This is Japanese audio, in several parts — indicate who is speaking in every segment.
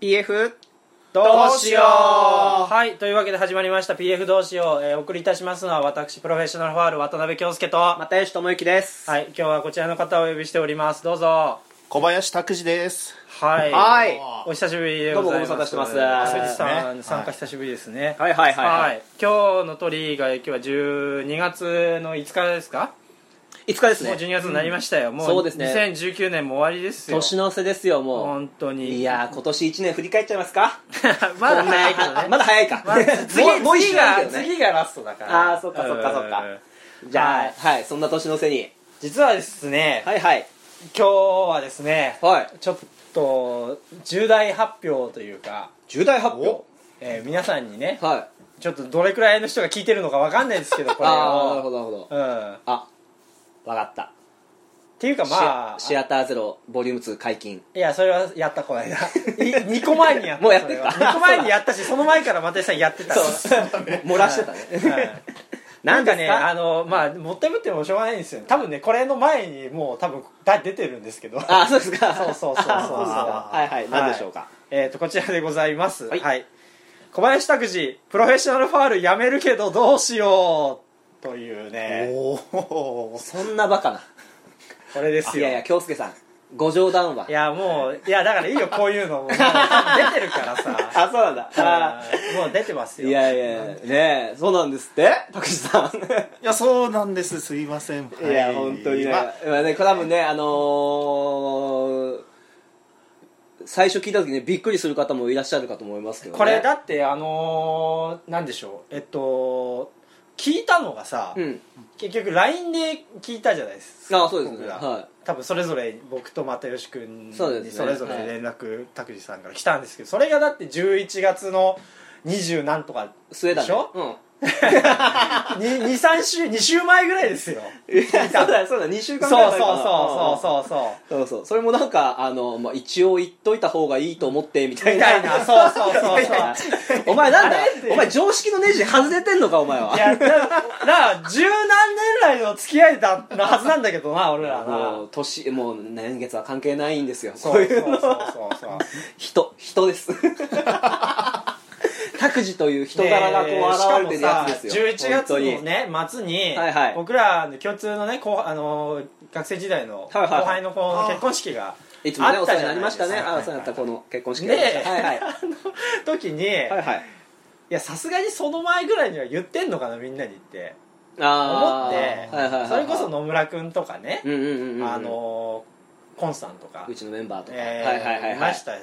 Speaker 1: PF ど
Speaker 2: はいというわけで始まりました PF どうしよう、えーお送りいたしますのは私プロフェッショナルファール渡辺京介と、は
Speaker 1: 又吉智之です
Speaker 2: い、今日はこちらの方をお呼びしておりますどうぞ
Speaker 3: 小林拓司です
Speaker 2: はい、
Speaker 1: はい
Speaker 2: お久しぶりでございます
Speaker 1: どうもご無沙汰してます
Speaker 2: 辻さん、
Speaker 3: ね
Speaker 2: 参加久しぶりですね
Speaker 1: はいはいはいはい
Speaker 2: 今日の鳥が今日は12月の5日ですか
Speaker 1: 5日です
Speaker 2: もう
Speaker 1: ね
Speaker 2: 12月になりましたよ、も
Speaker 1: そうですね
Speaker 2: 2019年も終わりですよ
Speaker 1: 年の瀬ですよも
Speaker 2: 本当
Speaker 1: う
Speaker 2: に
Speaker 1: いやー今年1年振り返っちゃいますか
Speaker 2: まだ早いけどね
Speaker 1: まだ早いか
Speaker 2: まあ 次
Speaker 1: もうもう一
Speaker 2: 次
Speaker 1: 周だけ
Speaker 2: が
Speaker 1: どね
Speaker 2: 次がラストだから
Speaker 1: あーそっかそっかそっか
Speaker 2: うん
Speaker 1: じゃ
Speaker 2: は
Speaker 1: あ
Speaker 2: い
Speaker 1: はいそんな年の瀬に
Speaker 2: 実はですね、
Speaker 1: はいはい
Speaker 2: 今日はですね
Speaker 1: はい
Speaker 2: ちょっと重大発表というか、
Speaker 1: 重大発表
Speaker 3: お
Speaker 2: えー皆さんにね
Speaker 1: はい
Speaker 2: ちょっとどれくらいの人が聞いてるのかわかんないですけどこれ
Speaker 1: ああなるほ
Speaker 2: を、
Speaker 1: どなるほど
Speaker 2: うん、っ
Speaker 1: あわかった
Speaker 2: ていうか
Speaker 1: シ
Speaker 2: ま
Speaker 1: ア
Speaker 2: あ
Speaker 1: シアターゼロボリューム2解禁
Speaker 2: いやそれはやったこの間2 個前にやった
Speaker 1: もうやってた
Speaker 2: 2個前にやったしその前から又吉さんやってた
Speaker 1: 漏らしてたね
Speaker 2: はい
Speaker 1: 何
Speaker 2: なんか
Speaker 1: で
Speaker 2: ね
Speaker 1: すか
Speaker 2: あのまあもったいぶってもしょうがないんですよ多分ねこれの前にもう多分だ出てるんです けど
Speaker 1: あそうですか
Speaker 2: そうそうそうそう
Speaker 1: あですか はいはい何でしょうか
Speaker 2: えー、とこちらでございます、
Speaker 1: は
Speaker 2: はいい小林拓司プロフェッショナルファールやめるけどどうしようというね
Speaker 3: おお
Speaker 1: そんなバカな
Speaker 2: これです
Speaker 1: い
Speaker 2: よ
Speaker 1: やいや京介さんご冗談はい
Speaker 2: やもういやだからいいよこういう のももう出てるからさ
Speaker 1: あそうなんだあ
Speaker 2: うんもう出てます
Speaker 1: ー
Speaker 2: よ
Speaker 1: いやいやねえそうなんですって拓司さん
Speaker 3: いやそうなんですすいません
Speaker 1: いや本当にね,、
Speaker 3: ま
Speaker 1: ま
Speaker 3: あ
Speaker 1: あ、ね多分ねあのー最初聞いた時ねびっくりする方もいらっしゃるかと思いますけど、ね、
Speaker 2: これだってあのー、なんでしょうえっと聞いたのがさ、
Speaker 1: うん
Speaker 2: 結局 LINE で聞いたじゃないですか
Speaker 1: あそうですね
Speaker 2: 僕ら
Speaker 1: は
Speaker 2: 多分それぞれ僕と又吉君に
Speaker 1: そうですね
Speaker 2: それぞれ連絡拓司さんから来たんですけどそれがだって11月の20何とか
Speaker 1: い末だね
Speaker 2: でしょ
Speaker 1: うん
Speaker 2: 23週2週前ぐらいですよ
Speaker 1: いや
Speaker 2: た
Speaker 1: そうだそうだ2週
Speaker 2: そう
Speaker 1: 間
Speaker 2: そう
Speaker 1: 前
Speaker 2: そう
Speaker 1: かな
Speaker 2: そうそうそう
Speaker 1: そうそうそれもなんかあの、まあ、一応言っといた方がいいと思ってみたい
Speaker 2: み
Speaker 1: な
Speaker 2: たいなそうそうそうそう
Speaker 1: お前なんだ
Speaker 2: あれって
Speaker 1: お前常識のネジ外れてんのかお前はい
Speaker 2: やだだから十何年来の付き合いだのはずなんだけどな俺ら
Speaker 1: も
Speaker 2: な
Speaker 1: う年もう年月は関係ないんですよ
Speaker 2: そ
Speaker 1: こう
Speaker 2: う
Speaker 1: い
Speaker 2: そう
Speaker 1: う
Speaker 2: そうそうそう
Speaker 1: 人人です 拓司という人柄がこう現れてるやつですよ
Speaker 2: しかもさ11月のね末に、
Speaker 1: はいはい
Speaker 2: 僕らの共通のね後あのー学生時代の後
Speaker 1: はいはい
Speaker 2: 輩の子の結婚式が
Speaker 1: いつもね
Speaker 2: あ
Speaker 1: お世
Speaker 2: った
Speaker 1: 話
Speaker 2: じ
Speaker 1: にな
Speaker 2: ゃな
Speaker 1: いりましたね
Speaker 2: ですか
Speaker 1: あお世話になったこの結婚式
Speaker 2: ね
Speaker 1: がありました
Speaker 2: え
Speaker 1: はい はい
Speaker 2: 時に、
Speaker 1: はい
Speaker 2: い、
Speaker 1: はい
Speaker 2: やさすがにその前ぐらいには言ってんのかなみんなにって思
Speaker 1: あ
Speaker 2: って
Speaker 1: ーはいはいはい
Speaker 2: それこそ野村君とかね
Speaker 1: う、んうんうんうん
Speaker 2: あのーコンさんとか
Speaker 1: うちのメンバーとかはい
Speaker 2: えー
Speaker 1: はいはい
Speaker 2: い
Speaker 1: は
Speaker 2: ま
Speaker 1: い
Speaker 2: したよ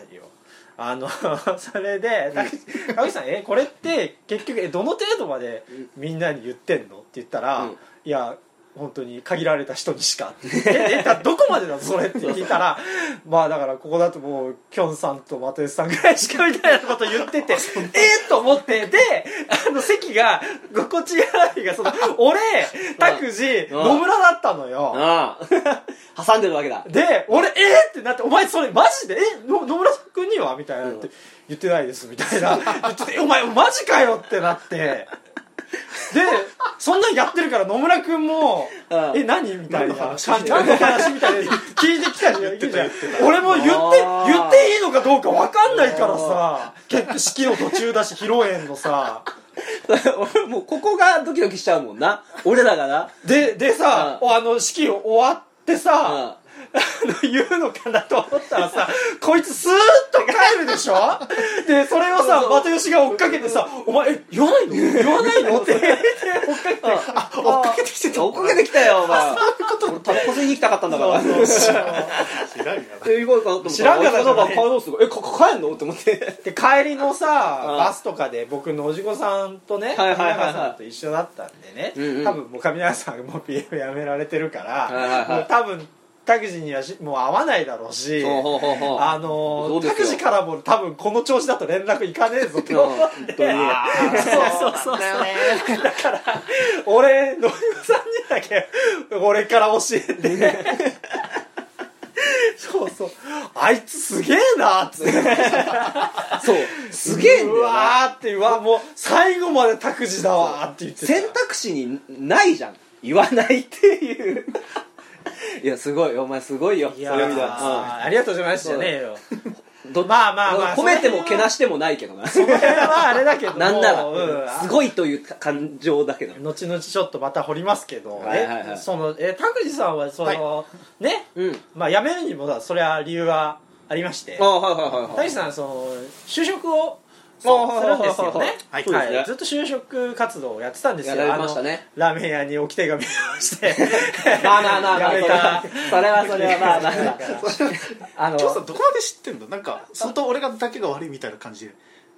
Speaker 2: あの それで高木高木さん「えこれって結局えどの程度までみんなに言ってんの?」って言ったら「
Speaker 1: うん
Speaker 2: いや本当に限られた人にしか」 って言ってええだどこまでだそれ」って聞いたら「まあだからここだともうきょんさんと又吉さんぐらいしか」みたいなこと言っててえっと思ってであの席が心地よいが その俺拓司
Speaker 1: うん
Speaker 2: 野村だったのよ。
Speaker 1: ああ 挟んでるわけだ
Speaker 2: で俺えー、ってなって「お前それマジでえの野村君には?」みたいなって、
Speaker 1: うん
Speaker 2: 言ってないですみたいな言っててえお前マジかよ」ってなってでそんなんやってるから野村君も「
Speaker 1: うん
Speaker 2: え何?」みたいな
Speaker 3: 何の話
Speaker 2: 感じ何の話みたいな聞いてきたじゃん
Speaker 3: てた言って
Speaker 2: 俺も言って
Speaker 1: あー
Speaker 2: 言っていいのかどうか分かんないからさ結局式の途中だし披露宴のさ
Speaker 1: 俺 もうここがドキドキしちゃうもんな俺らがな
Speaker 2: ででさ、
Speaker 1: う
Speaker 2: おあの式を終わってさ、あの言うのかなと思った らさこいつスーッと帰るでしょでそれをさ又吉が追っかけてさ「お前え言わないの言わない の?」って
Speaker 1: うん追っかけてきてた追っかけてきたよお前俺タバコ吸いに行きたかったんだから
Speaker 3: 知らんやな
Speaker 1: え行こうかなと思った
Speaker 2: 知らんがなじゃ
Speaker 1: なん
Speaker 2: ない
Speaker 1: か帰ろうっすごいえかか帰んのって思って
Speaker 2: で帰りの
Speaker 1: う
Speaker 2: さ
Speaker 1: ん
Speaker 2: バスとかで僕のおじこさんとね
Speaker 1: はいは
Speaker 2: 上
Speaker 1: いはいはい
Speaker 2: 永さんと一緒だったんでね
Speaker 1: うんうん
Speaker 2: 多分もう上永さんがもう PM やめられてるか
Speaker 1: はいはい
Speaker 2: ら
Speaker 1: はい
Speaker 2: もう多分拓司にはしもう会わないだろうし。
Speaker 1: ほうほうほうほう
Speaker 2: あの
Speaker 1: そう
Speaker 2: ー、
Speaker 1: です
Speaker 2: 拓
Speaker 1: よ
Speaker 2: 司からも多分この調子だと連絡いかねえぞって
Speaker 1: うん
Speaker 2: 思っ
Speaker 1: 本
Speaker 2: て
Speaker 1: 当に
Speaker 3: そうそうそう
Speaker 2: 俺野村さんにだけ俺から教えてそうそうあいつすげえなっつって
Speaker 1: そうすげえんだ
Speaker 2: う
Speaker 1: よな
Speaker 2: わーってうわもう最後まで託児だわーって言ってた
Speaker 1: 選択肢にないじゃん言わないっていういやすごいお前すごいよ
Speaker 2: いや
Speaker 1: そうい
Speaker 2: ー
Speaker 1: う意味ではうん
Speaker 2: ありがとうございましたねよ
Speaker 1: ど
Speaker 2: まあまあまあ
Speaker 1: 褒めてもけなしてもないけどな
Speaker 2: その辺はあれだけども
Speaker 1: なんな
Speaker 2: うん
Speaker 1: らすごいという感情だけど
Speaker 2: 後々ちょっとまた掘りますけど、
Speaker 1: はいはいはい
Speaker 2: えそのえ拓司さんはその、ね、
Speaker 1: うん
Speaker 2: まあ、辞めるにもさそれは理由がありまして
Speaker 1: あはいはいはいは
Speaker 2: 拓
Speaker 1: い
Speaker 2: 司さんはその就職を
Speaker 1: あ
Speaker 2: そ
Speaker 1: は
Speaker 2: う
Speaker 1: い
Speaker 2: するんですよね,、
Speaker 1: はい
Speaker 3: はい
Speaker 1: そうですね
Speaker 2: ずっと就職活動をやってたんですよ
Speaker 1: やられましたね
Speaker 2: あのラーメン屋に置き手紙をして
Speaker 1: まあまあまあまあ
Speaker 2: やめた
Speaker 1: それはそれはまあまあまあ
Speaker 2: あの
Speaker 3: 京さんどこまで知ってんのなんか相当俺がだけが悪いみたいな感じで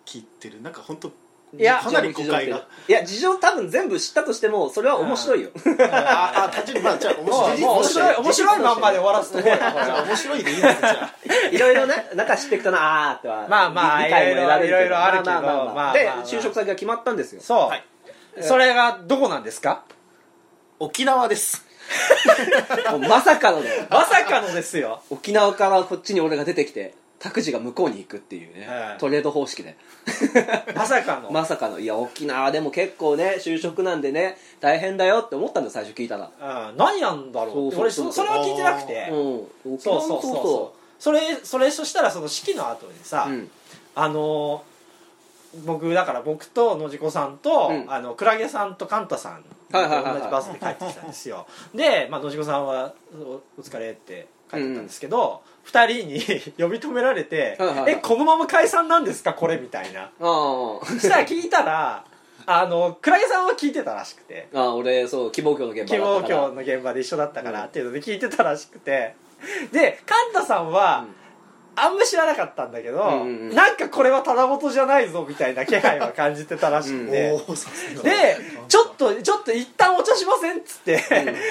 Speaker 3: 聞いてるなんか本当
Speaker 1: いや
Speaker 3: かなり誤解が
Speaker 1: いや事情多分全部知ったとしてもそれは面白い よ
Speaker 3: ああ単純にまあじゃ あ面
Speaker 2: も
Speaker 3: 白
Speaker 2: う
Speaker 3: い
Speaker 2: もう面白い
Speaker 3: 面
Speaker 2: 面白いまんまで終わらすとこうよこれ
Speaker 3: 白い面白いでいいんですよじゃあ
Speaker 1: いろいろね中知っていくとなあーっては
Speaker 2: まあまあ
Speaker 1: 理解も得られる
Speaker 2: いろいろあるけどまあ
Speaker 1: で
Speaker 2: まあまあ
Speaker 1: 就職先が決まったんですよ
Speaker 2: そう、
Speaker 3: はい
Speaker 2: それがどこなんですか
Speaker 3: 沖縄です
Speaker 1: もうまさかのね
Speaker 2: まさかのですよ
Speaker 1: 沖縄からこっちに俺が出てきて拓司が向こうに行くっていうね、
Speaker 2: はい
Speaker 1: トレード方式で
Speaker 2: まさかの、
Speaker 1: まさかのいや沖縄でも結構ね就職なんでね大変だよって思ったんだよ最初聞いたら
Speaker 2: うん何なんだろうって
Speaker 1: そう
Speaker 2: 俺
Speaker 1: そうそう
Speaker 2: そそれは聞いてなくて
Speaker 1: うん沖
Speaker 2: そう
Speaker 1: 縄
Speaker 2: そ
Speaker 1: の
Speaker 2: うそうそうそれそれそしたらその式の後にさ、
Speaker 1: うん
Speaker 2: あのー僕だから僕と野次子さんと、
Speaker 1: うん
Speaker 2: あのクラゲさんとカンタさんと
Speaker 1: は
Speaker 2: 同
Speaker 1: い
Speaker 2: じ
Speaker 1: はいはいはい
Speaker 2: バスで帰ってきたんで すよで、まあ、野次子さんはお「お疲れ」って帰ってったんですけど、二人に 呼び止められて
Speaker 1: はいはいは
Speaker 2: 「
Speaker 1: い
Speaker 2: えこのまま解散なんですかこれ」みたいな
Speaker 1: あ
Speaker 2: そ
Speaker 1: ー
Speaker 2: したら聞いたらあのクラゲさんは聞いてたらしくて
Speaker 1: あー俺そう希望教の現場
Speaker 2: 希
Speaker 1: だっ
Speaker 2: 望
Speaker 1: たから
Speaker 2: 教の現場で一緒だったから
Speaker 1: うん
Speaker 2: っていうので聞いてたらしくてで神田さんは、あんま知らなかったんだけど、
Speaker 1: うんうんうん
Speaker 2: なんかこれはただごとじゃないぞみたいな気配は感じてたらしくて、
Speaker 3: おさすが
Speaker 2: でちょっとちょっと一旦お茶しませんっつって、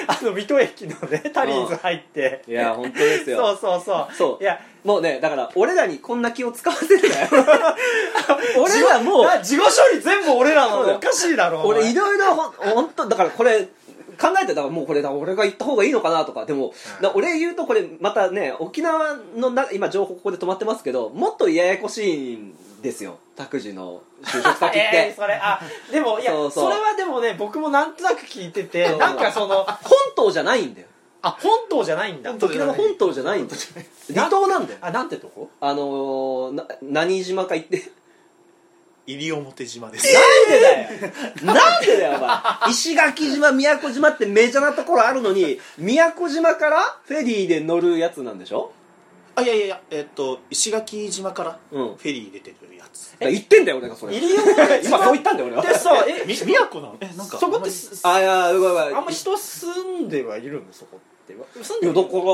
Speaker 2: あの水戸駅のねタリーズ入って、
Speaker 1: いや本当ですよ
Speaker 2: そうそうそう
Speaker 1: そう
Speaker 2: いや
Speaker 1: もうねだから俺らにこんな気を使わせるなよ俺らもう
Speaker 2: な事後処理全部俺らな
Speaker 1: そうだ
Speaker 2: の
Speaker 1: よ
Speaker 2: おかしいだろお前
Speaker 1: 俺いろいろほんほんとだからこれ考えてたからもうこれだ俺が行った方がいいのかなとかでも、
Speaker 2: うん
Speaker 1: だ俺言うとこれまたね沖縄のな今情報ここで止まってますけどもっとややこしいんですよ拓司の就職先って、
Speaker 2: えーそれあでもいや
Speaker 1: そう
Speaker 2: そ
Speaker 1: そう
Speaker 2: れはでもね僕もなんとなく聞いてて
Speaker 1: そう
Speaker 2: なんかその
Speaker 1: 本島じゃないんだよ
Speaker 2: あ本島じゃないんだ
Speaker 3: 本島
Speaker 1: 沖
Speaker 3: じゃな
Speaker 1: 縄
Speaker 3: い
Speaker 1: 本島じゃないんだよ離島なんだよ
Speaker 2: あなんてとこ
Speaker 1: あのー、な何島か行って
Speaker 3: 西表島です
Speaker 1: なんでだよなんでだよお前 石垣島宮古島ってメジャーなところあるのに宮古島からフェリーで乗るやつなんでしょ
Speaker 3: あいやいやいやえっと石垣島からフ
Speaker 1: うん
Speaker 3: ェリー出てるやつ
Speaker 1: だから言ってんだよ俺がそれ
Speaker 2: 入り表
Speaker 1: 今そう言ったんだよ俺は
Speaker 2: でさえ
Speaker 3: み宮古なのえなんか
Speaker 2: そこっ
Speaker 3: あんま
Speaker 2: て
Speaker 3: り
Speaker 2: す
Speaker 1: あいやうわうわ
Speaker 2: あんま人住んではいるのそこって住ん
Speaker 1: い
Speaker 2: で
Speaker 1: や
Speaker 2: る
Speaker 1: だから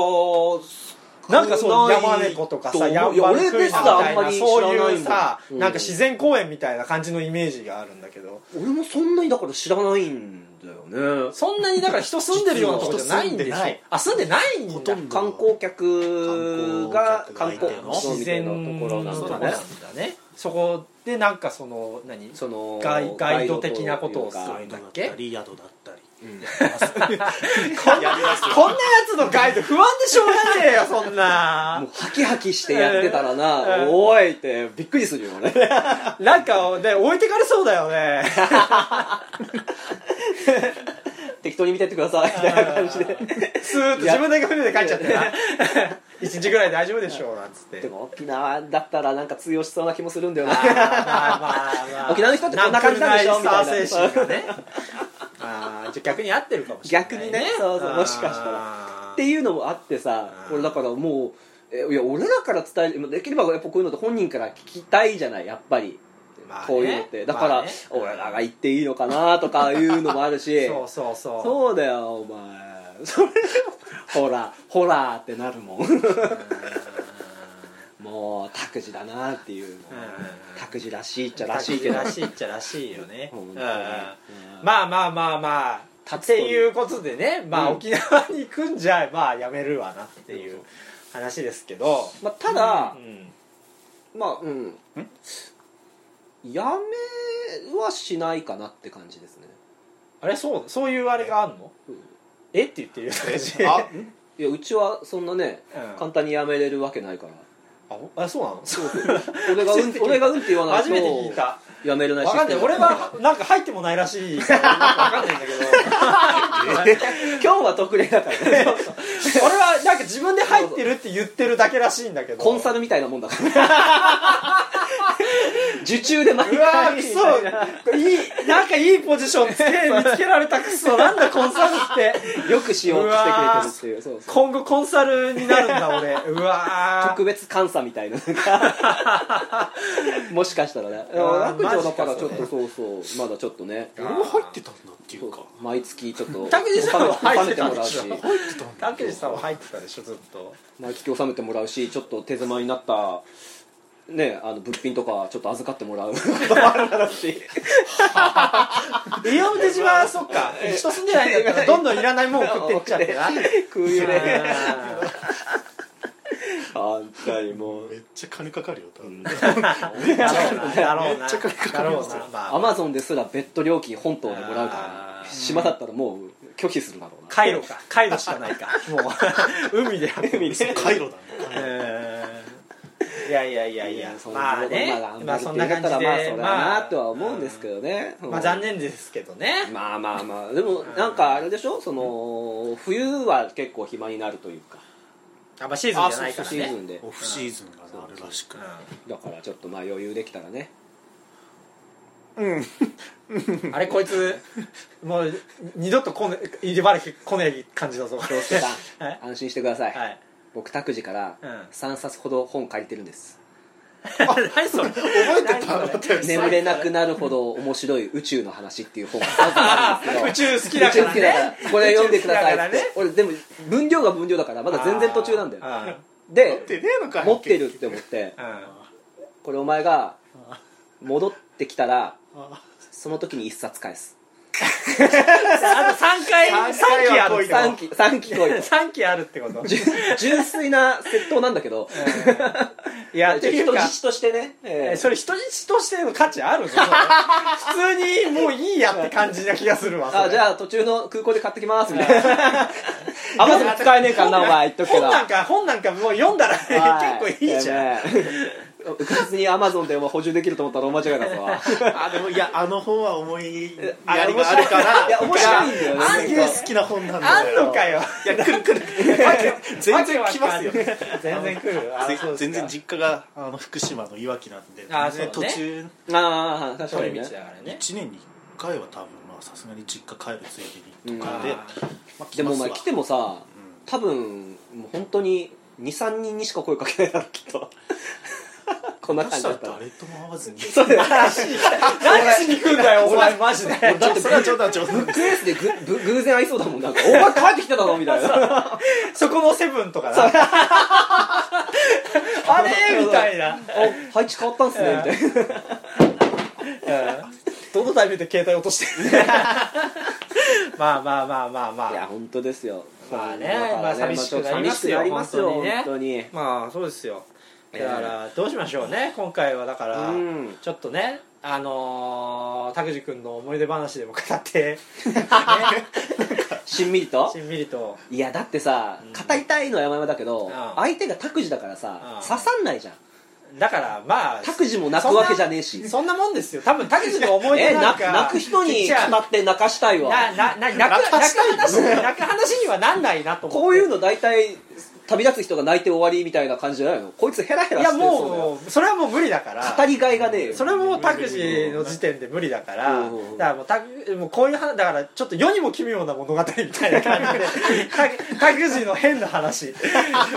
Speaker 2: なんかそう
Speaker 1: ない
Speaker 2: 山猫とか
Speaker 1: と思
Speaker 2: さ
Speaker 1: う
Speaker 2: 山
Speaker 1: いや
Speaker 2: 猫
Speaker 1: 俺
Speaker 2: みた
Speaker 1: で
Speaker 2: い
Speaker 1: すらあんま
Speaker 2: な
Speaker 1: り知
Speaker 2: そう
Speaker 1: らないい
Speaker 2: うん
Speaker 1: だ
Speaker 2: さ
Speaker 1: よ
Speaker 2: なんか自然公園みたいな感じのイメージがあるんだけど
Speaker 1: 俺もそんなにだから知らないんだよね
Speaker 2: そんなにだから人住んでるようなとこじゃないんでしょ
Speaker 3: 人住んでない
Speaker 2: あ住んでないん
Speaker 3: ほ
Speaker 2: だ
Speaker 3: とんど
Speaker 1: 観光客が観光
Speaker 3: 観
Speaker 1: 客
Speaker 3: 光客
Speaker 1: の
Speaker 3: の
Speaker 2: 自
Speaker 1: みたい
Speaker 2: 然
Speaker 1: なところなん
Speaker 2: のとこ
Speaker 1: だ
Speaker 2: なん
Speaker 1: ね
Speaker 2: だねそこでなんかその何
Speaker 1: その
Speaker 2: ガイガイド的なことをする
Speaker 1: ガイ
Speaker 3: 宿
Speaker 2: だっ
Speaker 3: だっ
Speaker 2: け
Speaker 3: たり宿だったり
Speaker 2: こんなやつのガイド不安でしょうがねえよそんな
Speaker 1: もうハキハキしてやってたらな、
Speaker 2: えー
Speaker 1: おいってびっくりするよ俺
Speaker 2: なんかね置いてかれそうだよね
Speaker 1: 適当に見てってくださいみたい な感じで
Speaker 2: スーッと自分だけ船で帰っちゃって な一日ぐらい大丈夫でしょうなんつって
Speaker 1: でも沖縄だったらなんか通用しそうな気もするんだよ
Speaker 2: ま
Speaker 1: な
Speaker 2: あまあまあまあ
Speaker 1: 沖縄の人ってこんな感じなんでしょ
Speaker 2: んくるな
Speaker 1: みた
Speaker 2: い
Speaker 1: いな
Speaker 2: サー精神がねあーじゃあ逆に合ってるかもしれない
Speaker 1: 逆にねそうそうもしかしたら
Speaker 2: ら
Speaker 1: っていうのもあってさ
Speaker 2: うん
Speaker 1: 俺だからもうえいや俺らから伝えるできればやっぱこういうのって本人から聞きたいじゃないやっぱり、
Speaker 2: まあね
Speaker 1: こういうのってだから、
Speaker 2: まあね
Speaker 1: 俺らが行っていいのかなとかいうのもあるし
Speaker 2: そうそうそう
Speaker 1: そうだよお前それでもほらほらってなるもん もう拓司だなっていうの
Speaker 2: うん
Speaker 1: 拓司らしいっちゃらしいけど
Speaker 2: らしいっちゃらしいよね
Speaker 1: 本当に
Speaker 2: うん
Speaker 1: うん
Speaker 2: まあまあまあまあ
Speaker 1: 立つと
Speaker 2: っ
Speaker 1: いう
Speaker 2: ていうことでねまあ
Speaker 1: うん
Speaker 2: 沖縄に行くんじゃまあやめるわなっていう話ですけど
Speaker 1: まあ、ただ
Speaker 2: う、ん
Speaker 1: まあうんやめはしないかなって感じですね
Speaker 2: あれそうそういうあれがあんの
Speaker 1: うん
Speaker 2: えって言ってるよ私
Speaker 3: あ
Speaker 1: いやうちはそんなね、
Speaker 2: うん
Speaker 1: 簡単にやめれるわけないから
Speaker 2: あおあそうなの
Speaker 1: そう俺がうん俺がうんって言わないと
Speaker 2: 初めて聞いた
Speaker 1: やめれない
Speaker 2: わかんない俺はなんか入ってもないらしいからわかんないんだけど
Speaker 1: 今日は特例だからね
Speaker 2: 俺はなんか自分で入ってるって言ってるだけらしいんだけど
Speaker 1: コンサルみたいなもんだから受注で毎
Speaker 2: うわー
Speaker 1: 回
Speaker 2: ク
Speaker 1: みたいな
Speaker 2: ソいいなんかいいポジションつけ見つけられたクソなんだコンサルって
Speaker 1: よくしようとしてくれてるっていうそうそう
Speaker 2: 今後コンサルになるんだ俺うわー
Speaker 1: 特別監査みたいなもしかしたらね
Speaker 2: うわ
Speaker 1: 楽女だから
Speaker 2: マジ
Speaker 1: ちょ
Speaker 2: かそれ
Speaker 1: っとそうそうまだちょっとね
Speaker 3: 俺も入ってたんだっていうか
Speaker 1: 毎月ちょっと
Speaker 2: たけしさんは入ってたんでしょ
Speaker 1: 収めてもらうし
Speaker 3: 入ってたんだ
Speaker 2: たけしさんは入ってたでしょずっと
Speaker 1: 毎月納めてもらうしちょっと手狭になったねあの物品とかちょっと預かってもらうこともあるだろう し
Speaker 2: 西表島はそっか人住んでないん だったらどんどんいらないもん送ってっちゃってな
Speaker 1: 空輸で
Speaker 2: あー
Speaker 1: 反対もう
Speaker 3: めっちゃ金かかるよ多分
Speaker 2: だろうなだろうな
Speaker 3: めっちゃかかる
Speaker 2: だろうなま
Speaker 1: ア
Speaker 2: あ
Speaker 1: マゾンですら別途料金本島でもらうから
Speaker 2: あー
Speaker 1: ね島だったらもう拒否するだろうな
Speaker 2: 回路か回路しかないか もう海で海で
Speaker 3: 回路だね
Speaker 2: いやいやいやいや
Speaker 1: そんな
Speaker 2: まあねまあそんな感じ
Speaker 1: まあそれ
Speaker 2: で
Speaker 1: はなとは思うんですけどね
Speaker 2: まあ残念ですけどね
Speaker 1: まあまあまあでもなんかあれでしょその冬は結構暇になるというか
Speaker 2: あんまシーズンじゃないから
Speaker 1: シーズ
Speaker 2: ね
Speaker 1: ンで
Speaker 3: オフシーズンがねあるらしく
Speaker 1: だからちょっとまあ余裕できたらね
Speaker 2: うんあれこいつもう二度とこね入ればれ来ない感じだぞは
Speaker 1: 京介さん、
Speaker 2: はい
Speaker 1: 安心してください、
Speaker 2: い
Speaker 1: 僕拓司から
Speaker 2: うん
Speaker 1: 3冊ほど本借りてるんです、
Speaker 2: 何それ
Speaker 3: 覚えてた
Speaker 2: 何そ
Speaker 3: だって
Speaker 1: 眠れなくなるほど面白い宇宙の話っていう本が3冊あるんで
Speaker 2: 宇
Speaker 1: すけど
Speaker 2: 宙好きだから
Speaker 1: 宇宙好きだか
Speaker 2: ね
Speaker 1: らこれ読んでくださいっ
Speaker 2: 宇宙好きだから
Speaker 1: て、
Speaker 2: ね
Speaker 1: 俺でも分量が分量だからまだ全然途中なんだよ
Speaker 2: よ
Speaker 1: で
Speaker 3: ってねえのか
Speaker 1: 持ってるって思ってこれお前が戻ってきたら
Speaker 3: あ
Speaker 1: その時に1冊返す
Speaker 2: あと3回
Speaker 3: 三回
Speaker 2: 3期あるって
Speaker 1: 3期3期超えて
Speaker 2: 3期あるってこと
Speaker 1: 純純粋な窃盗なんだけど
Speaker 2: いやっていう
Speaker 1: 人
Speaker 2: か
Speaker 1: 質としてね、え
Speaker 2: え
Speaker 1: え
Speaker 2: それ人質としての価値あるのそれ普通にもういいやって感じな気がするわそれ
Speaker 1: あじゃあ途中の空港で買ってきますみたいなあまず使えねえからなお前言っとくけ
Speaker 2: 本
Speaker 1: ど
Speaker 2: なんか本なんかもう読んだ ら結構いいじゃん、
Speaker 1: んうかつにアマゾンでお前補充できると思ったら大間違いだぞ
Speaker 3: あでもいやあの本は思い
Speaker 1: あ
Speaker 3: やりがあるから
Speaker 1: いや面白いんだよね
Speaker 3: すげえ好きな本なん
Speaker 2: あ
Speaker 3: だよ
Speaker 2: んのかよ
Speaker 3: いや来る来る全然来ますよ
Speaker 2: わけわかんない全然来るあ
Speaker 3: ぜ
Speaker 2: そうです
Speaker 3: 全
Speaker 2: か
Speaker 3: 然実家があの福島のいわきなんで
Speaker 2: あ
Speaker 3: 全
Speaker 2: そうね
Speaker 3: 然途中
Speaker 1: ああ確か
Speaker 2: 通
Speaker 1: に
Speaker 2: り
Speaker 1: ね
Speaker 2: 道だからね
Speaker 3: 1年に1回は多分まあさすがに実家帰るついでにとか
Speaker 2: あ
Speaker 3: で、
Speaker 2: ー
Speaker 3: まあ、来
Speaker 1: でもお
Speaker 3: ます
Speaker 1: 前
Speaker 3: わ
Speaker 1: 来てもさ多分もう本当に23人にしか声かけないだろうきっと こんな
Speaker 3: そ
Speaker 1: 感
Speaker 3: し
Speaker 1: じ
Speaker 3: た
Speaker 1: だ
Speaker 3: ら
Speaker 1: ったら
Speaker 3: 誰とも会わずに
Speaker 1: そうだよ
Speaker 2: 何しに来んだ よお前マジで
Speaker 3: だってそれは冗談冗談
Speaker 1: ケースでぐぐ偶然会いそうだもんなんか「お前帰ってきてたぞ」みたいな
Speaker 2: そこのセブンとかな あれみたいな
Speaker 1: 「お配置変わったんすね」みたいな
Speaker 2: どのタイミングで携帯落としてる まあまあまあまあまあ
Speaker 1: いや本当ですよ
Speaker 2: まあね
Speaker 1: だから
Speaker 2: まあ寂しくなります
Speaker 1: 寂しく
Speaker 2: よ
Speaker 1: なりますよ
Speaker 2: 本当にね
Speaker 1: 本当に
Speaker 2: まあそうですよ
Speaker 1: え
Speaker 2: だ
Speaker 1: え
Speaker 2: からどうしましょうね今回はだから
Speaker 1: うん
Speaker 2: ちょっとねあのー拓司君の思い出話でも 語って、ね、
Speaker 1: しんみりと
Speaker 2: しんみりと
Speaker 1: いやだってさ語りたいのは山々だけど
Speaker 2: うん
Speaker 1: 相手が拓司だからさ
Speaker 2: うん
Speaker 1: 刺さんないじゃん
Speaker 2: だからまあ
Speaker 1: 拓司も泣くわけじゃねえし
Speaker 2: そんなもんですよ多分拓司の思い
Speaker 1: え
Speaker 2: 出なん
Speaker 1: 泣く
Speaker 2: か
Speaker 1: 泣く人に
Speaker 2: じゃあ
Speaker 1: 語って泣かしたい
Speaker 2: な
Speaker 1: わ
Speaker 2: なな泣く泣く話泣く話にはなんないなと思って
Speaker 1: こういうの大体旅立つ人が泣いて終わりみたいな感じじゃないのこいつヘラヘラ
Speaker 2: い
Speaker 1: し
Speaker 2: や
Speaker 1: てるそうだよ
Speaker 2: もうそれはもう無理だから
Speaker 1: 語りがいがねえよ
Speaker 2: それもタクシーの時点で無理だから、
Speaker 1: うん
Speaker 2: だからもうタクもうこういう話だからちょっと世にも奇妙な物語みたいな感じでタタクシーの変な 話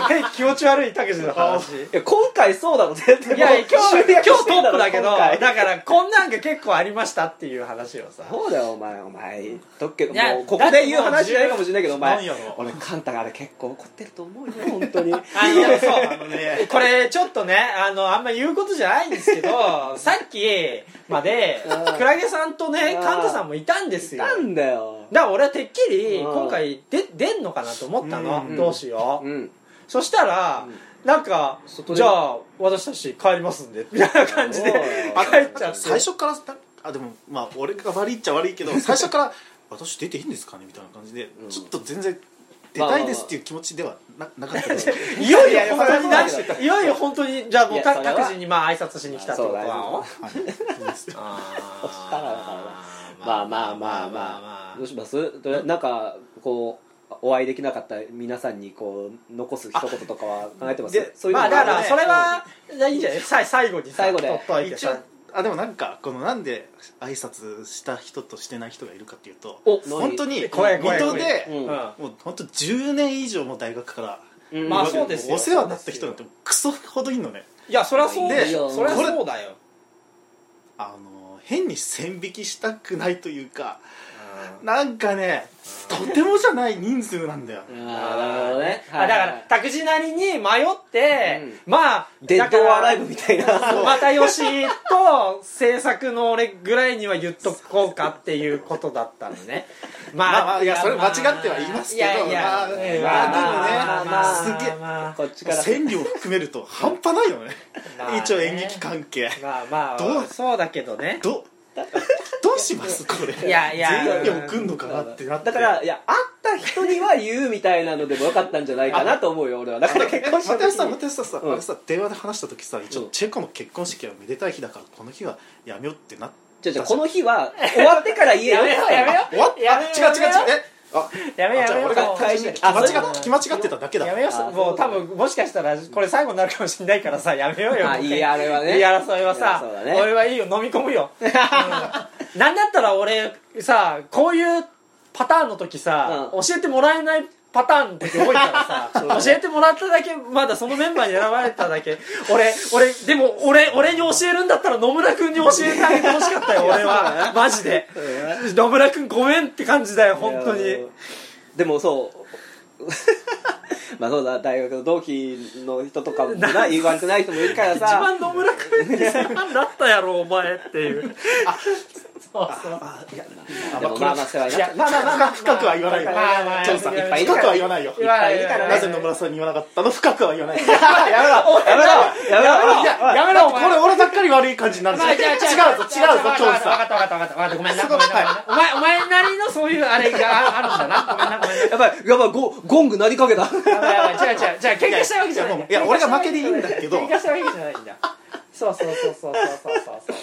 Speaker 2: 変気持ち悪いタクシーの話
Speaker 1: いや今回そうだろ絶対
Speaker 2: いや今日今日トップだけど
Speaker 1: 今
Speaker 2: だ
Speaker 1: 回
Speaker 2: からこんなんが結構ありましたっていう話をさ
Speaker 1: そうだよお前お前言っとくけど
Speaker 2: いや
Speaker 1: もうここで言う話じゃないかもしれないけどお
Speaker 3: なん
Speaker 1: 前
Speaker 3: やろ
Speaker 1: 俺カンタがあれ結構怒ってると思うよ本当に
Speaker 2: あのそう
Speaker 3: あのね
Speaker 2: これちょっとねあのあんま言うことじゃないんですけどさっきまで
Speaker 1: うん
Speaker 2: クラゲさんとね
Speaker 1: うん
Speaker 2: カンタさんもいたんですよ
Speaker 1: なんだよ
Speaker 2: だから俺はてっきり
Speaker 1: うん
Speaker 2: 今回で出んのかなと思ったの、
Speaker 3: うん
Speaker 2: どうしよう、
Speaker 1: うん
Speaker 2: そしたら、なんか
Speaker 1: 外で
Speaker 2: じゃあ私たち帰りますんでみたいな感じで
Speaker 1: おい
Speaker 2: 帰っちゃって
Speaker 3: 最初からあでもまあ俺が悪いっちゃ悪いけど最初から「私出ていいんですかね?」みたいな感じで、
Speaker 1: ん
Speaker 3: ちょっと全然出たいですっていう気持ちではななかったけど
Speaker 2: いよい
Speaker 1: い
Speaker 2: よ
Speaker 1: や
Speaker 2: 本当にな
Speaker 1: それはそうだけ
Speaker 2: いよいよ本当にじゃあも
Speaker 1: いうや
Speaker 2: た
Speaker 1: それは
Speaker 2: 各自にまあ挨拶しに来たってこ
Speaker 1: そう
Speaker 2: と
Speaker 1: だ
Speaker 2: は
Speaker 1: よ
Speaker 3: はいそうです
Speaker 2: あ
Speaker 1: そしたらだ
Speaker 2: ー
Speaker 1: まあまあまあまあどうしますとりあえずなんかこうお会いできなかった皆さんにこう残す一言とかは考えてます
Speaker 2: で
Speaker 1: そういう
Speaker 2: ま
Speaker 1: の
Speaker 2: あだから
Speaker 1: ね
Speaker 2: それはじゃあいいんじゃないさい最後にさ
Speaker 1: 最後で
Speaker 2: 取っといて
Speaker 3: 一応
Speaker 2: さ
Speaker 3: あでもなんかこのなんで挨拶した人としてない人がいるかっていうと
Speaker 1: お何
Speaker 3: 本当に
Speaker 2: 怖い怖い
Speaker 3: 水
Speaker 2: 怖い
Speaker 3: 戸で、
Speaker 1: うん
Speaker 3: もう本当10年以上も大学から
Speaker 1: うん
Speaker 2: まあそうですよ
Speaker 3: お世話になった人なんてクソほどいんのね
Speaker 2: いやそりゃそうでしょ
Speaker 1: で
Speaker 2: そりゃそうだよ
Speaker 3: あの変に線引きしたくないというかなんかねとてもじゃない人数なんだよ
Speaker 1: あーなるほどね
Speaker 2: あだから拓司なりに迷ってまあ
Speaker 1: デ
Speaker 2: だ
Speaker 1: ッ
Speaker 2: か
Speaker 1: ド
Speaker 2: ら
Speaker 1: アライブみたいな
Speaker 2: 又吉と制作の俺ぐらいには言っとこうかっていうことだったのね ま
Speaker 3: まあまあいやそれ間違ってはいますけど
Speaker 2: いやいや
Speaker 3: まあ
Speaker 2: うん
Speaker 1: まあ
Speaker 2: まあまあ
Speaker 3: でもねすげえ
Speaker 2: まあ
Speaker 1: こっちから
Speaker 3: 線量含めると半端ないよね
Speaker 2: まあね
Speaker 3: 一応演劇関係
Speaker 2: まあまあ
Speaker 3: どう
Speaker 2: そうだけどね
Speaker 3: どどうしますこれ
Speaker 2: いやいや
Speaker 3: 全員に送んのかなってなって
Speaker 1: だからいや会った人には言うみたいなのでもよかったんじゃないかなと思うよ俺はだから結婚した
Speaker 3: 又吉
Speaker 1: 時
Speaker 3: さん
Speaker 1: に
Speaker 3: 又吉さんさ、
Speaker 1: うん
Speaker 3: あれさ電話で話した時さ一
Speaker 1: う
Speaker 3: 応
Speaker 1: ん
Speaker 3: チェコの結婚式はめでたい日だからこの日はやめようってなっ
Speaker 1: じゃあじゃあこの日は終わってから言えよ
Speaker 2: やめよやめよ
Speaker 3: 終わっ
Speaker 2: やめ
Speaker 3: あ
Speaker 2: よ
Speaker 3: 違う違う違う
Speaker 2: やめ
Speaker 3: えあ
Speaker 2: やめよ
Speaker 3: あじゃあ
Speaker 2: やめ
Speaker 3: 俺
Speaker 2: よ
Speaker 3: が
Speaker 2: もう
Speaker 3: 最初に気
Speaker 1: あ
Speaker 3: 間違
Speaker 1: そういう
Speaker 3: っ気間違ってただけだ
Speaker 2: やめよ
Speaker 1: あ
Speaker 2: うもう多分もしかしたらこれ最後になるかもしれないからさやめようよ
Speaker 1: あいいあれはね
Speaker 2: いい争いはさ
Speaker 1: いい争いはね
Speaker 2: 俺はいいよ飲み込 むよ、うんなんだったら俺さこういうパターンの時さ、
Speaker 1: うん
Speaker 2: 教えてもらえないパターンの時多 いからさ、教えてもらっただけまだそのメンバーに選ばれただけ俺俺でも俺俺に教えるんだったら野村君に教えてあげてほしかったよ俺はマジで野村君ごめんって感じだよ本当
Speaker 1: いや
Speaker 2: に
Speaker 1: でもそう まあそうだ大学の同期の人とかも な言われてない人もいるから
Speaker 2: 一
Speaker 1: さ
Speaker 2: 番野村君に世話になったやろお前っていうそうそう
Speaker 1: でもまあまあ世話になっ
Speaker 2: まあまあまあまあ
Speaker 3: 深くは言わないよ
Speaker 2: まあまあ
Speaker 3: チョンさん
Speaker 2: いやいや
Speaker 3: 深くは言わないよ
Speaker 2: いやいやいや
Speaker 1: いっぱいいるからね
Speaker 3: なぜ野村さんに言わなかったの深くは言わない よ
Speaker 1: たやめろやめろやめろ
Speaker 2: いややめろお
Speaker 3: こ
Speaker 2: 前
Speaker 3: れ俺ばっかり悪い感じになるじゃん違うぞ違うぞチョン
Speaker 2: 分か
Speaker 3: さ
Speaker 2: った分かった分かった分かったごめんなごめんなごめんなお前お前なりのそういうあれがあるんだなごめんなごめんな
Speaker 1: やばいやばいゴゴング鳴りかけた
Speaker 2: やばいやばい違う違うじゃあ喧嘩したいわけじゃない
Speaker 3: いやいやもういや俺が負けでいいんだけど
Speaker 2: 喧嘩したいわけじゃないんだそうそうそうそうそうそうそう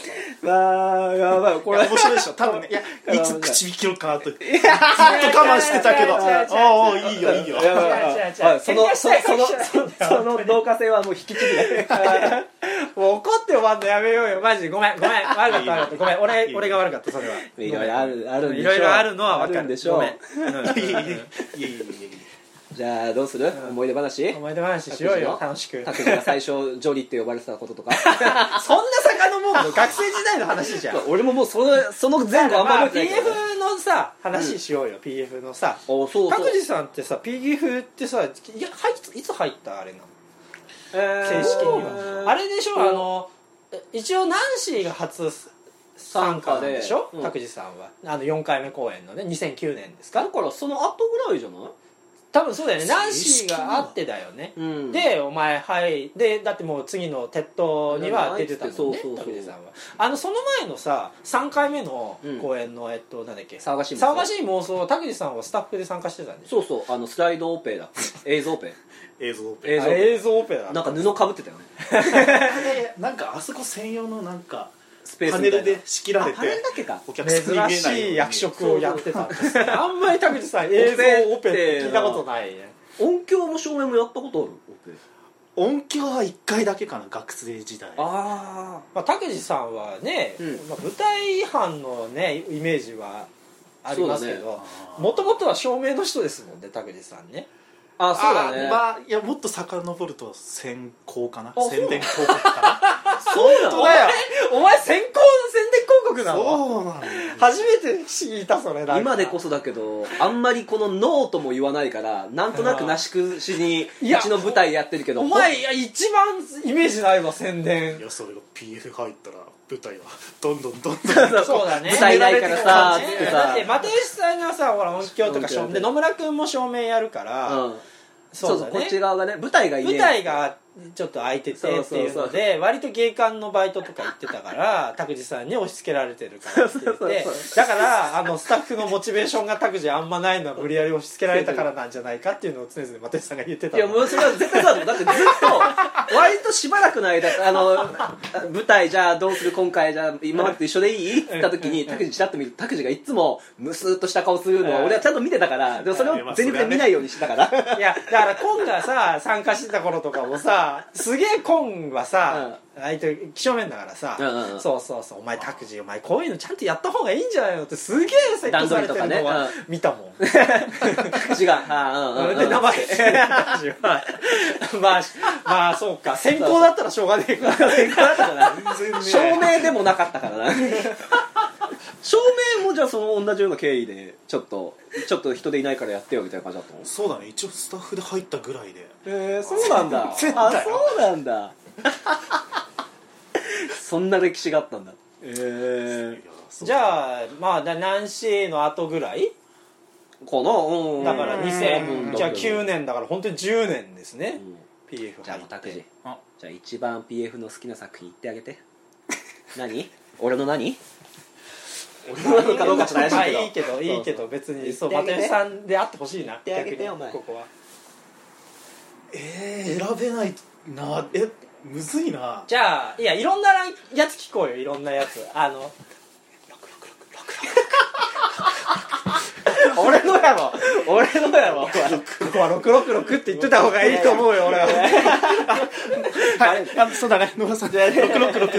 Speaker 1: まあやばいこ
Speaker 3: んい
Speaker 1: れ
Speaker 3: や面白いでしょ多分ねいや
Speaker 1: や
Speaker 3: いつ口引きるかなとずっと
Speaker 2: や
Speaker 3: 我慢してたけど
Speaker 2: 違う違う違う違う
Speaker 3: おうおういいよいいよ
Speaker 1: やばい
Speaker 2: 違う違う違う
Speaker 1: はいその
Speaker 2: 喧嘩し
Speaker 1: そ
Speaker 2: た
Speaker 1: の
Speaker 2: い喧嘩したい
Speaker 1: そのその同化性はもう引きちぎれ
Speaker 2: もう怒って終わんのやめようよマジごめんごめん悪かった悪かったごめん俺俺が悪かったそれはい
Speaker 1: ろいろあるあるんでしょ
Speaker 2: いろいろあるのは分か
Speaker 1: あん
Speaker 2: る
Speaker 1: でしょ
Speaker 2: ご
Speaker 1: う
Speaker 2: めん
Speaker 3: いやいやいやいやいやいや
Speaker 1: じゃあどうする思い出話
Speaker 2: 思い出話しようよ楽
Speaker 1: 楽
Speaker 2: しく
Speaker 1: 拓司が最初ジョリって呼ばれてたこととか
Speaker 2: そんな遡るの学生時代の話じゃん
Speaker 1: 俺ももうそのその前後あんま
Speaker 2: まあ
Speaker 1: 覚え
Speaker 2: PF
Speaker 1: てないからね
Speaker 2: のさ話しようよ PF のさ
Speaker 1: おそうそう
Speaker 2: 拓司さんってさ PF ってさいやはいついつ入ったあれなの
Speaker 1: 正
Speaker 2: 正式にはあれでしょあの一応ナンシーが初参加なんでし
Speaker 1: 参加
Speaker 2: ょ
Speaker 1: でうん
Speaker 2: 拓司さんはあの4回目公演のね2009年ですか
Speaker 1: だからその後ぐらいじゃない
Speaker 2: 多分そうだよねナン
Speaker 3: 正
Speaker 2: シー
Speaker 3: 式な
Speaker 2: があってだよね、
Speaker 1: うん
Speaker 2: でお前はいでだってもう次の鉄塔には出てたもんね
Speaker 1: そうそうそう
Speaker 2: 拓司さんはあのその前のさ3回目の公演の、えっとなんだっけ
Speaker 1: 騒がしい妄想
Speaker 2: 騒がしい妄想拓司さんはスタッフで参加してたんでしょ
Speaker 1: そうそうあのスライドオペだ 映像オペ
Speaker 3: 映像
Speaker 1: 映像
Speaker 2: あ映像オペラ
Speaker 1: なんか布かぶってたよね
Speaker 3: なんかあそこ専用のなんか
Speaker 1: スペース
Speaker 3: パ
Speaker 1: み
Speaker 3: ネ
Speaker 1: たい
Speaker 3: ル
Speaker 1: な
Speaker 3: で仕切られて
Speaker 1: あパネルだけか
Speaker 3: お客さんに見えな
Speaker 2: 珍
Speaker 3: いように
Speaker 2: しい役職をやってたんですねあんまり拓司さん映像オペって聞いたことないね
Speaker 1: 音響も照明もやったことあるオペ
Speaker 3: 音響は1回だけかな学生時代
Speaker 1: あ
Speaker 2: まあ拓司さんはね、
Speaker 1: うん
Speaker 2: まあ、舞台班のねイメージはありますけ
Speaker 1: そうだ
Speaker 2: どもともとは照明の人ですもんね拓司さんね
Speaker 1: ああそうだね
Speaker 3: あまあいやもっと遡ると先行かな
Speaker 1: そう
Speaker 3: 宣伝広告か
Speaker 1: そうなの
Speaker 3: な本当だよ
Speaker 2: お前先行宣伝広告なの
Speaker 3: そうなんだよ
Speaker 2: 初めて聞いたそれなんか
Speaker 1: 今でこそだけどあんまりこのノーとも言わないからなんとなくなし崩しに
Speaker 2: いや
Speaker 1: うちの舞台やってるけど
Speaker 2: お前いや一番イメージないわ宣伝
Speaker 3: いやそれが PF 入ったら舞台はどんどんどんどん
Speaker 2: そうだね
Speaker 1: 舞台ないからさつってさ
Speaker 2: だって又吉さんがさほら音響とか照
Speaker 1: 音響
Speaker 2: 明
Speaker 1: で
Speaker 2: で野村君も照明やるから、
Speaker 1: うんそうそうこっち側がね舞台がいねえ
Speaker 2: 舞台があっちょっと空いてて
Speaker 1: そう
Speaker 2: って
Speaker 1: そうそう
Speaker 2: いうので割と芸館のバイトとか行ってた から拓司さんに押し付けられてるからって言っ
Speaker 1: そうそう
Speaker 2: て
Speaker 1: そう
Speaker 2: だからあのスタッフのモチベーションが拓司あんまないのは無理やり押し付けられたからなんじゃないかっていうのを常々マテさんが言ってた
Speaker 1: いや
Speaker 2: の
Speaker 1: もうそれは絶対そうだと思うだってずっと割としばらくの間あの舞台じゃあどうする今回じゃあ今までと一緒でいいって言った時に拓司ちらっと見ると拓司がいつもムスーっとした顔するのは俺はちゃんと見てたからでもそれを全力で見ないようにしてたから
Speaker 2: いやだからコンがさ参加してた頃とかもさすげえコンはさ、相手気象面だからさ、
Speaker 1: うんうんうん
Speaker 2: そうそうそうお前拓司お前こういうのちゃんとやった方がいいんじゃないのってすげえ説教されてる
Speaker 1: 段
Speaker 2: のは
Speaker 1: 取りとかね
Speaker 2: 見たもん
Speaker 1: 拓司がああうんうんうん
Speaker 2: で名前まあまあそうか先行だったらしょうがねえから
Speaker 1: 全然
Speaker 3: 全然ね
Speaker 1: 照明でもなかったからな照明もじゃあその同じような経緯でちょっとちょっと人でいないからやってよみたいな感じだったの
Speaker 3: そうだね一応スタッフで入ったぐらいで
Speaker 1: えー、そうなん だあそ
Speaker 3: 全然だよ
Speaker 1: うなんだ そんな歴史があったんだ え
Speaker 3: いや
Speaker 1: ー、
Speaker 3: そう
Speaker 2: じゃあまあだ南市の後ぐらい
Speaker 1: この、うん、
Speaker 2: だから
Speaker 3: う
Speaker 2: 2000
Speaker 3: ん
Speaker 2: じゃあ9年だから本当に10年です
Speaker 1: う
Speaker 2: ね
Speaker 1: ん
Speaker 2: PF
Speaker 1: じゃあ
Speaker 2: 入
Speaker 1: もう
Speaker 2: っ
Speaker 1: 拓
Speaker 2: て
Speaker 1: 司
Speaker 3: あ
Speaker 1: じゃあ一番 PF の好きな作品言ってあ げて何俺の何俺の何かどうかちょっと怪しい
Speaker 2: まあ
Speaker 1: けど
Speaker 2: いいけどいいけど別にそう
Speaker 1: 言ってあげて
Speaker 2: 又吉さんであってほしいな
Speaker 1: 言ってあげて
Speaker 2: 逆に
Speaker 1: お前
Speaker 2: ここは
Speaker 3: えー、選べないなえむずいな
Speaker 2: じゃあいやいろんなやつ聞こうよいろんなやつあの 俺のやろ俺のやろここは666って言ってた方がいいと思うよ俺は
Speaker 3: はいあそうだね野村さん666で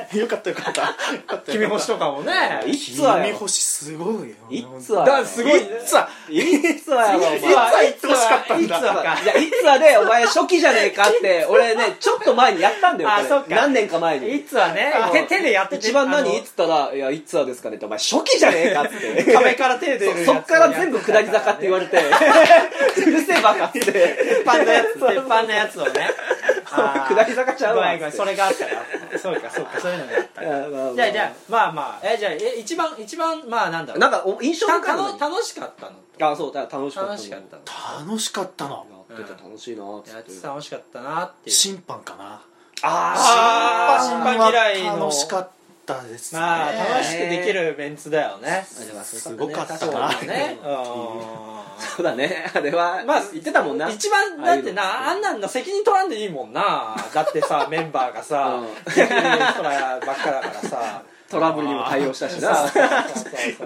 Speaker 3: もよかったよかったよかっ た
Speaker 2: 君星とかもね
Speaker 1: いつは
Speaker 3: 君
Speaker 1: よ
Speaker 3: 星すごいよ
Speaker 1: いつは
Speaker 2: だからすごいね
Speaker 3: いつはい
Speaker 1: つはやろお前
Speaker 2: いつは
Speaker 3: 言ってほしかったんだ
Speaker 2: いつはか
Speaker 1: いや、いつはで、お前初期じゃねえかって、俺ね、ちょっと前にやったんだよ、これ
Speaker 2: あそっか
Speaker 1: 何年か前に。
Speaker 2: いつはね手手でやってて
Speaker 1: 一番
Speaker 2: あの
Speaker 1: 何っつったら、いや、いつはですかねって、お前初期じゃねえか って。
Speaker 2: 壁から手出るやつ
Speaker 1: そそっから全部下り坂って言われて、 うるせえバカって。
Speaker 2: 鉄板のやつ鉄板のやつをねあー
Speaker 1: 下り坂ちゃう
Speaker 2: ご
Speaker 1: わ
Speaker 2: めんごめんそれがあったからそうかそうかそういうのがあった
Speaker 1: いやまあ
Speaker 2: じゃあじゃあまあまあえじゃあえ一番一番まあなんだろう
Speaker 1: なんか、お印象
Speaker 2: た
Speaker 1: 深いの
Speaker 2: 楽
Speaker 1: に
Speaker 2: 楽しかったの
Speaker 1: あ、そう、だから楽しかったの。
Speaker 2: 楽しかったの
Speaker 3: 楽しかったな
Speaker 1: やってて楽しいなっつ
Speaker 2: やって
Speaker 1: って。
Speaker 2: 楽しかったなっていう
Speaker 3: 審判かな
Speaker 2: あー審判嫌いの
Speaker 3: は楽しかったですね
Speaker 2: まあ楽しくできるメンツだよね
Speaker 1: す
Speaker 3: すごかった
Speaker 2: そう
Speaker 3: な
Speaker 2: だねうん
Speaker 1: そうだね、 あれは。
Speaker 2: まあ
Speaker 1: 言ってたもんな。
Speaker 2: 一番だってなあんなんの責任取らんでいいもんなだっ てさメンバーがさ
Speaker 1: うん
Speaker 2: 敵人らばっかだからさ
Speaker 1: トラブルにも対応したしな。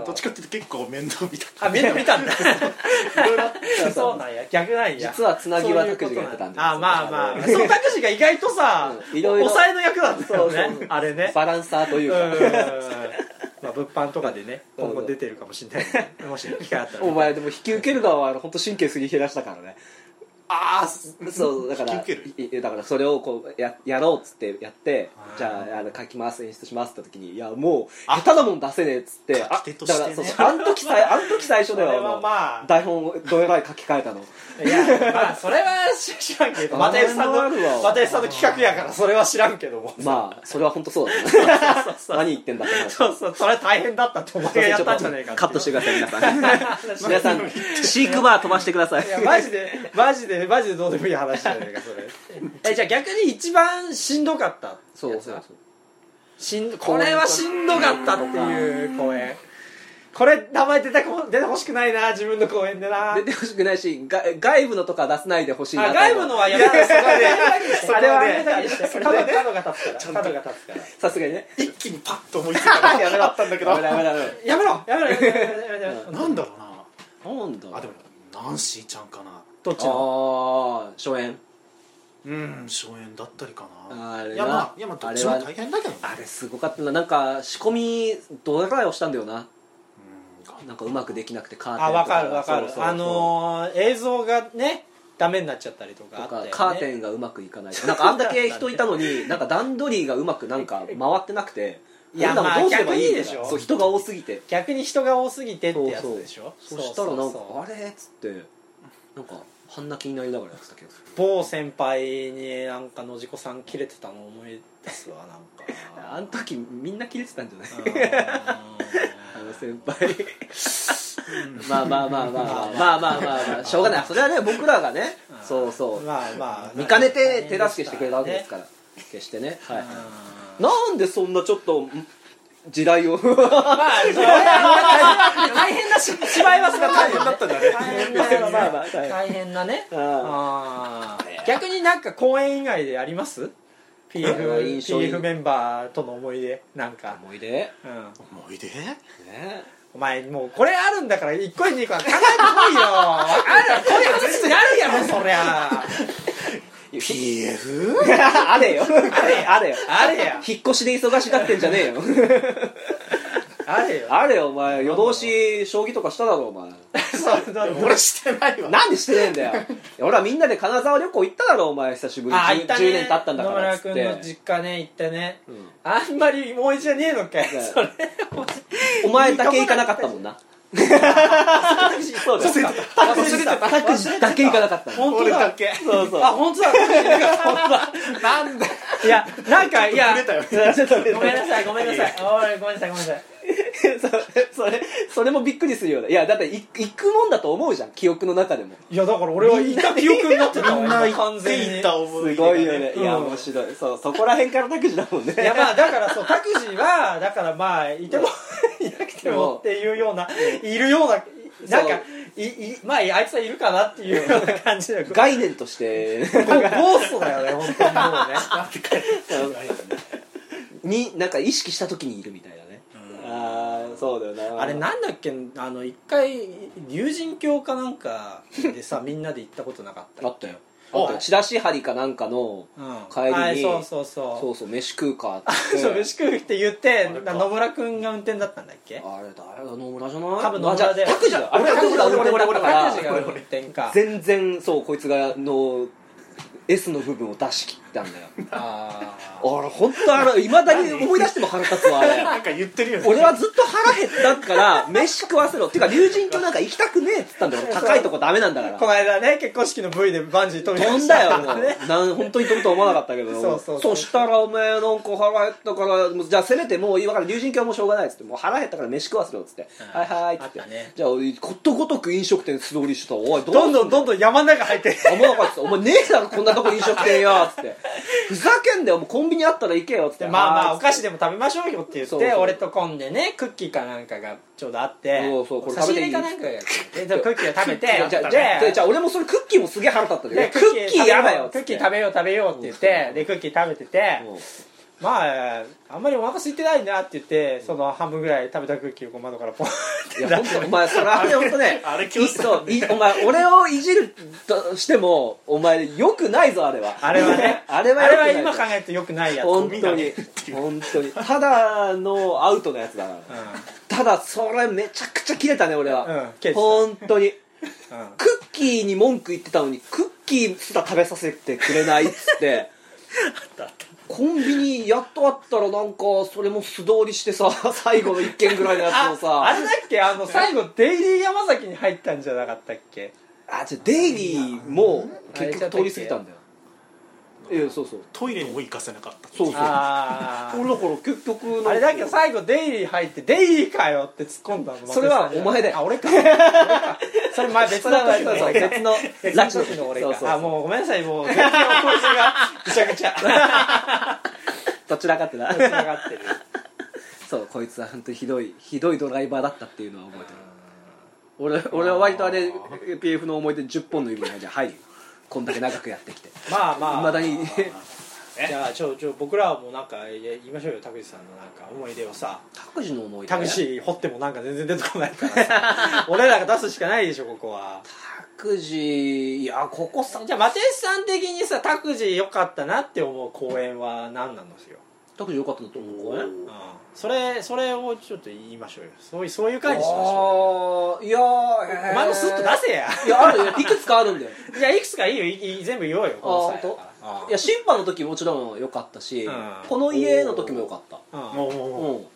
Speaker 3: どっちかっていうと結構面倒見た
Speaker 2: あ面倒見たんだ
Speaker 1: そう
Speaker 2: そうなんや逆なんや
Speaker 1: 実はつなぎは拓司がやってたんだよ
Speaker 2: あまあまあそのタクシーが意外とさ
Speaker 1: うんいろいろ
Speaker 2: 抑えの役だったよ
Speaker 1: そうそうそ
Speaker 2: ね
Speaker 1: う
Speaker 2: あれね
Speaker 1: バランサーといううんか。
Speaker 2: まあ物販とかでね今後出てるかもしれないんでもし機会あったら
Speaker 1: お前でも引き受ける側は本当神経すり減らしたからねああそうだから
Speaker 3: 引き受
Speaker 1: いいだからそれをこうややろうっつってやってじゃああの書きます演出しますって時にいやもう下手なもん出せねえっつって
Speaker 3: 書き手としてね
Speaker 1: あだからそうあの時さえあの時最初
Speaker 2: そ
Speaker 1: だ
Speaker 2: れ
Speaker 1: よ
Speaker 2: はま
Speaker 1: あの
Speaker 2: あ
Speaker 1: 台本をどえらい書き換えたの
Speaker 2: いやまあそれは知らんけど又吉さん
Speaker 1: あ
Speaker 2: の
Speaker 1: るわ
Speaker 2: 又吉さんの企画やからそれは知らんけども
Speaker 1: まあそれは本当そうだったね
Speaker 2: そうそう
Speaker 1: 何言ってんだって話
Speaker 2: そうそうそれ大変だったってお前がやったんじゃねえか
Speaker 1: カットして
Speaker 2: く
Speaker 1: ください皆さん皆さん飼育バー飛ばしてください
Speaker 2: いやマジでマジでマジでどうでもいい話じゃねえかそれ えじゃあ逆に一番しんどかった
Speaker 1: そうそうそう
Speaker 2: しんどこれはしんどかったっていう公演これ名前出てこ出てほしくないな自分の公演でな
Speaker 1: 出てほしくないしが外部のとか出さないでほしいな
Speaker 2: あ
Speaker 1: と思う
Speaker 2: 外部のはやめたそこはね
Speaker 3: こはね
Speaker 2: あれはあれだけにして
Speaker 3: そ
Speaker 2: 角
Speaker 3: れ
Speaker 2: が
Speaker 3: はね
Speaker 2: 角が立つから角が立つから
Speaker 1: さすがにね
Speaker 3: 一気にパッと思いついたのがあったんだけど
Speaker 1: やめろやめ
Speaker 3: な
Speaker 1: ろやめ
Speaker 2: やめろやめろやめろやめろやめろやめろ
Speaker 3: んだろうな
Speaker 1: ろなんだ
Speaker 3: あでもナンシーちゃんかな
Speaker 2: どっちの
Speaker 1: ああ初演
Speaker 3: うん初演だったりかな
Speaker 1: あれない
Speaker 3: やまあいやまあどっちも大変だけどね
Speaker 1: あれすごかったななんか仕込みどれくらいをしたんだよな
Speaker 3: うん
Speaker 1: なんかうまくできなくてカーテン
Speaker 2: あ
Speaker 1: と
Speaker 2: わかるわかる
Speaker 1: そうそうそう
Speaker 2: あのー映像がねダメになっちゃったりとかあ
Speaker 1: と
Speaker 2: った
Speaker 1: か
Speaker 2: よね
Speaker 1: カーテンがうまくいかないなんかあんだけ人いたのになんか段取りがうまくなんか回ってなくて
Speaker 2: いや
Speaker 1: こんなのどうすればいいんだよ
Speaker 2: まあ逆にでしょ
Speaker 1: そう人が多すぎて
Speaker 2: 逆に人が多すぎてってやつでしょ
Speaker 1: そしたらなんか
Speaker 2: そうそう
Speaker 1: あれっつってなんか半泣きになりながらやってたけど
Speaker 2: 某先輩になんかのじこさん切れてたの思い出すわなんか
Speaker 1: あの時みんな切れてたんじゃない
Speaker 2: あー
Speaker 1: あの先輩まあまあまあまあまあまあまあまあしょうがないそれはね僕らがねそうそう
Speaker 2: まあまあ
Speaker 1: 見かねて手助けしてくれたわけですから決してねはいなんでそんなちょっとん地雷を
Speaker 4: 大変なし芝居はすごい
Speaker 3: 大変だったんだね
Speaker 2: 大変
Speaker 1: ま
Speaker 2: だよ
Speaker 1: あまあま
Speaker 2: ね
Speaker 1: あはい
Speaker 4: 大変なね
Speaker 1: あ
Speaker 2: あー逆になんか公演以外であります PF,
Speaker 1: あー印象に
Speaker 2: PF メンバーとの思い出なん
Speaker 1: ー
Speaker 2: か、
Speaker 1: 思い出
Speaker 2: うん、
Speaker 3: 思い出
Speaker 1: ね
Speaker 2: お前もうこれあるんだから一個に2個は考えてこいよあるこういう話になるやろそりゃ
Speaker 3: PF?
Speaker 1: あれよあれあれよ
Speaker 2: あれや
Speaker 1: 引っ越しで忙しがってんじゃねえよ
Speaker 2: あれよ
Speaker 1: あれよお前夜通し将棋とかしただろお前
Speaker 2: そうだ
Speaker 3: 俺してないわ
Speaker 1: なんでしてねえんだよいや俺はみんなで金沢旅行行っただろお前久しぶりに
Speaker 2: あ
Speaker 1: 10,
Speaker 2: 行ったね
Speaker 1: 10年経ったんだからっつっ
Speaker 2: 野
Speaker 1: て
Speaker 2: 村君の実家ね行ったね、
Speaker 1: ん
Speaker 2: あんまり思い出じゃねえのかよそれ
Speaker 1: お前だけ行かなかったもんなそうだよタクシータクシーだけ行かなかったもん
Speaker 3: 俺だけ
Speaker 1: そうそう
Speaker 2: あ本 当だなんだいやなんか いや
Speaker 3: 触れたよね
Speaker 1: ちょっと
Speaker 2: ごめんなさいごめんなさいおいごめんなさいごめんなさい
Speaker 1: それそれそれもびっくりするようないやだってい行くもんだと思うじゃん記憶の中でも
Speaker 2: いやだから俺はいた記憶になってたわ
Speaker 3: みん
Speaker 2: 今
Speaker 3: な行
Speaker 2: 完
Speaker 3: って
Speaker 2: 全
Speaker 3: い
Speaker 2: に
Speaker 3: た思
Speaker 1: す
Speaker 3: い出
Speaker 1: ごい
Speaker 3: が
Speaker 1: よねいや
Speaker 2: うん
Speaker 1: 面白いそうそこら辺からタクシーだもんね
Speaker 2: いやまあだからそうタクシーはだからまあいてもいなくてもっていうようないるようななんかいいまああいつはいるかなっていうような感じ のゴ
Speaker 1: 概念として
Speaker 2: ゴーストだよね本当にもうね
Speaker 1: になんか意識した時にいるみたいなねああそうだよな
Speaker 2: あれなんだっけあの一回竜神教かなんかでさみんなで行ったことなかった
Speaker 1: あったよあったよチラシ張りかなんかの
Speaker 2: うん
Speaker 1: 帰りに
Speaker 2: あそうそ
Speaker 1: そ
Speaker 2: うそう
Speaker 1: そう飯食うかっ
Speaker 2: う
Speaker 1: て
Speaker 2: そう飯 食うって言って
Speaker 3: あれ
Speaker 2: な
Speaker 3: か
Speaker 2: 野村くんが運転だったんだっけ
Speaker 1: あれ誰が野村じゃない
Speaker 2: 多分野村だよ
Speaker 1: あじゃあタクじゃんあれタク
Speaker 2: が
Speaker 1: が
Speaker 2: 俺
Speaker 1: 俺
Speaker 2: 俺
Speaker 1: 俺
Speaker 2: 俺
Speaker 1: 俺だか
Speaker 2: 俺
Speaker 1: ら
Speaker 2: 拓司が運転か
Speaker 1: 全然そうこいつがの S の部分を出し切ったんだよ
Speaker 2: あー
Speaker 1: あれ本当あれ いまだに思い出しても腹立つわあれ
Speaker 3: なんか言ってるよね
Speaker 1: 俺はずっと腹減ったから飯食わせろっていうか竜神峡なんか行きたくねえっつったんだよ俺高いとこダメなんだから
Speaker 2: この間ね結婚式の V でバンジー飛び
Speaker 1: 飛
Speaker 2: ま
Speaker 1: ん
Speaker 2: し
Speaker 1: だよ
Speaker 2: た
Speaker 1: もう、
Speaker 2: ね
Speaker 1: なん本当に飛ぶとは思わなかったけど
Speaker 2: そうそうそう
Speaker 1: したらおめえなんか腹減ったからもうじゃあせめてもう今から竜神峡もしょうがないっつってもう腹減ったから飯食わせろっつって、
Speaker 2: うん
Speaker 1: はいはいっつって
Speaker 2: あったね
Speaker 1: じゃあ俺ことごとく飲食店素通りしてたらおいど
Speaker 2: どんどん
Speaker 1: ど
Speaker 2: どんどん山の中入って
Speaker 1: 思わなかったお前ねえだろこんなとこ飲食店よっつってふざけんだよもうコンビニあったら行けよっつって
Speaker 2: まあまあ
Speaker 1: ー
Speaker 2: お菓子でも食べましょうよって言
Speaker 1: そ
Speaker 2: っ
Speaker 1: うそう
Speaker 2: て俺と混んでねクッキーかなんかがちょうどあって
Speaker 1: そうそうこれ
Speaker 2: 差し
Speaker 1: 食べて
Speaker 2: 入
Speaker 1: い
Speaker 2: れ
Speaker 1: い
Speaker 2: かなんかがえでもクッキーを食べて
Speaker 1: じゃあじゃあじゃあじゃあ俺もそれクッキーもすげえ腹立ったんだ
Speaker 2: で
Speaker 1: よクッキーやだよっ
Speaker 2: ク
Speaker 1: つっ
Speaker 2: ッキ
Speaker 1: て
Speaker 2: ー食べよう食べようって言ってでクッキー食べてて
Speaker 1: うん
Speaker 2: まああんまりお腹空いてないなって言ってその半分ぐらい食べたクッキーをこう窓からポンって
Speaker 1: いや本当お前それあれ本当ね
Speaker 3: あれ気
Speaker 1: い
Speaker 3: をつけて
Speaker 1: そういお前俺をいじるとしてもお前よくないぞあれは
Speaker 2: あれはね
Speaker 1: あれは
Speaker 2: あれは
Speaker 1: 良くな
Speaker 2: 今
Speaker 1: い
Speaker 2: 考えるとよくないやつ
Speaker 1: 本
Speaker 3: ゴ
Speaker 1: 当
Speaker 3: ミだ
Speaker 1: に
Speaker 3: ねっていう
Speaker 1: 本当にただのアウトのやつだから
Speaker 2: う
Speaker 1: ただそれめちゃくちゃ切れたね俺
Speaker 2: うん
Speaker 1: は、
Speaker 2: 切れてた
Speaker 1: 本当に
Speaker 2: んうん
Speaker 1: クッキーに文句言ってたのにクッキーすら食べさせてくれないっつって コンビニやっとあったらなんかそれも素通りしてさ最後の一軒ぐらいのやつをさ
Speaker 2: あれだっけあの最後デイリー山崎に入ったんじゃなかったっけ
Speaker 1: あじゃあデイリーも結局
Speaker 2: あ
Speaker 1: 通
Speaker 2: れ
Speaker 1: り過ぎたんだよいやそうそう
Speaker 3: トイレにも行かせなかった
Speaker 1: そうそう
Speaker 2: あ
Speaker 1: 俺だから結局なん
Speaker 2: あ
Speaker 1: か
Speaker 2: あれだけど最後デイリー入ってデイリーかよって突っ込んだの
Speaker 1: それはお前だよ
Speaker 2: あ俺か それ前別
Speaker 1: そ
Speaker 2: の
Speaker 1: うそう
Speaker 2: 時の
Speaker 1: そう
Speaker 2: 俺か
Speaker 1: 別の
Speaker 2: 別
Speaker 1: ラジ
Speaker 2: の時の俺か
Speaker 1: そうそう
Speaker 2: あ
Speaker 1: そう
Speaker 2: もうごめんなさいもう全然お声が ぐちゃぐちゃ
Speaker 1: どちらかってな
Speaker 2: 繋がってる
Speaker 1: そうこいつは本当にひどいひどいドライバーだったっていうのは覚えてる俺俺は割とあれ PF の思い出10本の指がじゃあ入るよこんだけ長くやってきてい
Speaker 2: まあまあ
Speaker 1: まだに
Speaker 2: じゃあちょちょ僕らはもうなんか言いましょうよ田口さんのなんか思い出をさ
Speaker 1: タクシーの思い出
Speaker 2: タクシー掘ってもなんか全然出てこないから さ俺らが出すしかないでしょここは
Speaker 1: タクシーいやここさ
Speaker 2: じゃあマテスさん的にさタクジ良かったなって思う公演は何なんですよ、
Speaker 1: タクシーよかったなと思うね
Speaker 2: うん、それそれをちょっと言いましょうよそういうそういう
Speaker 1: あ
Speaker 2: 回にしましょ
Speaker 1: ーいや
Speaker 2: うよ
Speaker 1: ー
Speaker 2: お前もスッと出せや
Speaker 1: いやあるよいくつかあるんだよ
Speaker 2: いやいくつかいいよいい全部言おうよこの際だから
Speaker 1: いや審判の時もちろん良かったし、
Speaker 2: うん
Speaker 1: この家の時も良かった
Speaker 2: うん
Speaker 3: もう
Speaker 1: う
Speaker 3: も
Speaker 1: ん
Speaker 3: うもう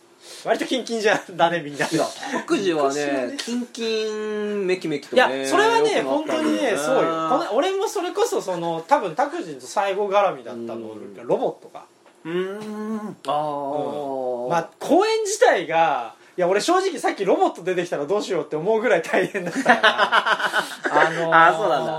Speaker 2: 割とキンキンじゃんだねみんなで
Speaker 1: いや各自はねキンキンメキメキと
Speaker 2: い
Speaker 1: ね
Speaker 2: やそれはね
Speaker 1: 良く
Speaker 2: 本
Speaker 1: なった
Speaker 2: 当
Speaker 1: んだ
Speaker 2: にねそうよこ
Speaker 1: ね
Speaker 2: の俺もそれこそその多分タクジと最後絡みだったの
Speaker 1: うん
Speaker 2: ロボットが
Speaker 3: うーん
Speaker 1: あー、
Speaker 2: まあ公演自体がいや俺正直さっきロボット出てきたらどうしようって思うぐらい大変だった からあのー
Speaker 1: あーそうなんだ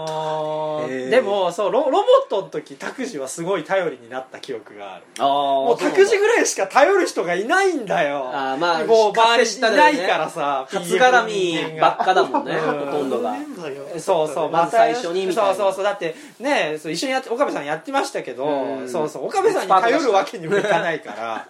Speaker 1: へー
Speaker 2: でもそうロロボットの時タクジはすごい頼りになった記憶がある
Speaker 1: ああ
Speaker 2: も
Speaker 1: も
Speaker 2: うタクジぐらいしか頼る人がいないんだよ
Speaker 1: あーまあ
Speaker 2: もう
Speaker 1: 勝
Speaker 2: 周
Speaker 1: 手
Speaker 2: り
Speaker 1: 知
Speaker 2: い
Speaker 1: っただ
Speaker 2: な
Speaker 1: ろう
Speaker 2: い
Speaker 1: ね
Speaker 2: からさ
Speaker 1: 初絡
Speaker 2: PF
Speaker 1: み
Speaker 2: 人間
Speaker 1: ば
Speaker 2: が
Speaker 1: っかだもんね
Speaker 2: うん
Speaker 1: ほとんどが
Speaker 3: そうなんだよ
Speaker 2: そうそう、
Speaker 1: まず最初にみたいな
Speaker 2: そうそうそうだってねそう一緒にやって岡部さんやってましたけど、
Speaker 1: うん
Speaker 2: そうそう岡部さんに頼るわけにもいかないから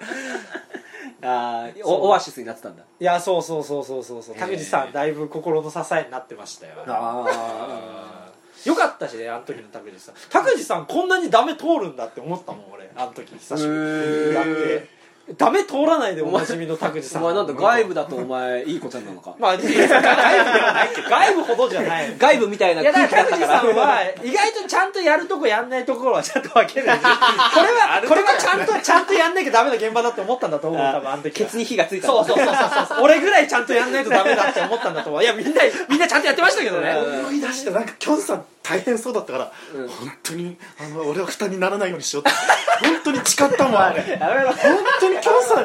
Speaker 1: あーおオアシスになってたんだ
Speaker 2: いやそうそうそうそうそうそう田口さんだいぶ心の支えになってましたよ
Speaker 1: あ
Speaker 2: よかったしねあの時の田口さん田口さんこんなにダメ通るんだって思ったもん俺あの時久しぶり
Speaker 1: へー
Speaker 2: にだってダメ通らないでおなじみの田口さ
Speaker 1: お
Speaker 2: ん
Speaker 1: 前なんだ外部だとお前いいことなのか
Speaker 2: まあ、いや外部ではないけど外部ほどじゃない
Speaker 1: 外部みたいない
Speaker 2: や
Speaker 1: 空
Speaker 2: だ
Speaker 1: 気
Speaker 2: から
Speaker 1: だった
Speaker 2: 田口
Speaker 1: か
Speaker 2: さん
Speaker 1: ら
Speaker 2: は意外とちゃんとやるとこやんないところはちゃん と分けるんですよこれはこれはちゃんとちゃんとやんなきゃダメな現場だって思ったんだと思う多分あの時
Speaker 1: ケ
Speaker 2: は
Speaker 1: ツに火がついた
Speaker 2: そうそううそうそうそう俺ぐらいちゃんとやんないとダメだって思ったんだと思ういやみんなみんなちゃんとやってましたけどね
Speaker 3: 思い出してなんかきょんさん大変そうだったから、
Speaker 1: うん
Speaker 3: 本当にあの俺は負担にならないようにしようって本当に誓ったもんあれ本
Speaker 1: やめろ
Speaker 3: 当にきょんさん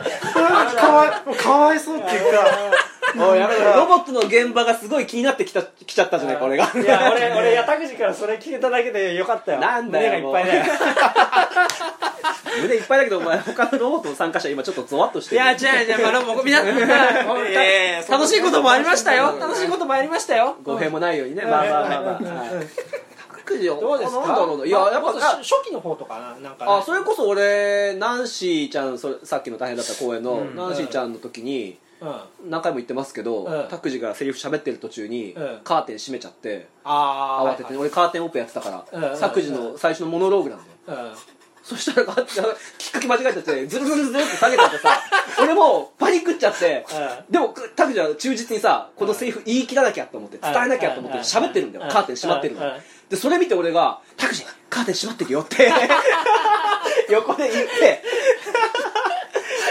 Speaker 3: なんかかわ いもうかわいそうっていうか
Speaker 1: おいやめろロボットの現場がすごい気になってきたきちゃったじゃないか俺が
Speaker 2: いや俺俺や田口からそれ聞けただけでよかったよ
Speaker 1: なんだよ
Speaker 2: 胸がいっぱいだよ
Speaker 1: 胸いっぱいだけどお前他のロボットの参加者今ちょっとゾワッとし
Speaker 2: い
Speaker 1: てる
Speaker 2: や違う違うまあでもみん なみんなもうた 楽しいこともありましたよ楽しいこともありましたよ
Speaker 1: 語弊もないようにねまあまあまあまあはい各自
Speaker 2: どうです
Speaker 1: なんだろう
Speaker 2: か
Speaker 1: ないややっ
Speaker 2: まあ
Speaker 1: ぱ
Speaker 2: 初期の方とかななんかね
Speaker 1: あそれこそ俺ナンシーちゃんそれさっきの大変だった公演のナンシーちゃんの時に
Speaker 2: うん
Speaker 1: 何回も言ってますけ
Speaker 2: う
Speaker 1: ど
Speaker 2: ん
Speaker 1: タクジがセリフ喋ってる途中に
Speaker 2: うん
Speaker 1: カーテン閉めちゃって
Speaker 2: あ
Speaker 1: 慌てて俺カーテンオペやってたか
Speaker 2: うんう
Speaker 1: ら
Speaker 2: ん
Speaker 1: タクジの最初のモノローグなんだよそしたら、あきっかけ間違えちゃって、ズルズルズルって下げちゃってさ、 俺もうパニックっちゃって、でも、タクジは忠実にさ、このセリフ言い切らなきゃと思って、伝えなきゃと思って
Speaker 2: うん
Speaker 1: 喋ってるんだよ
Speaker 2: う。ん
Speaker 1: カーテン閉まってるの
Speaker 2: うん。
Speaker 1: で、それ見て俺が、タクジ、カーテン閉まってるよ って、横で言って、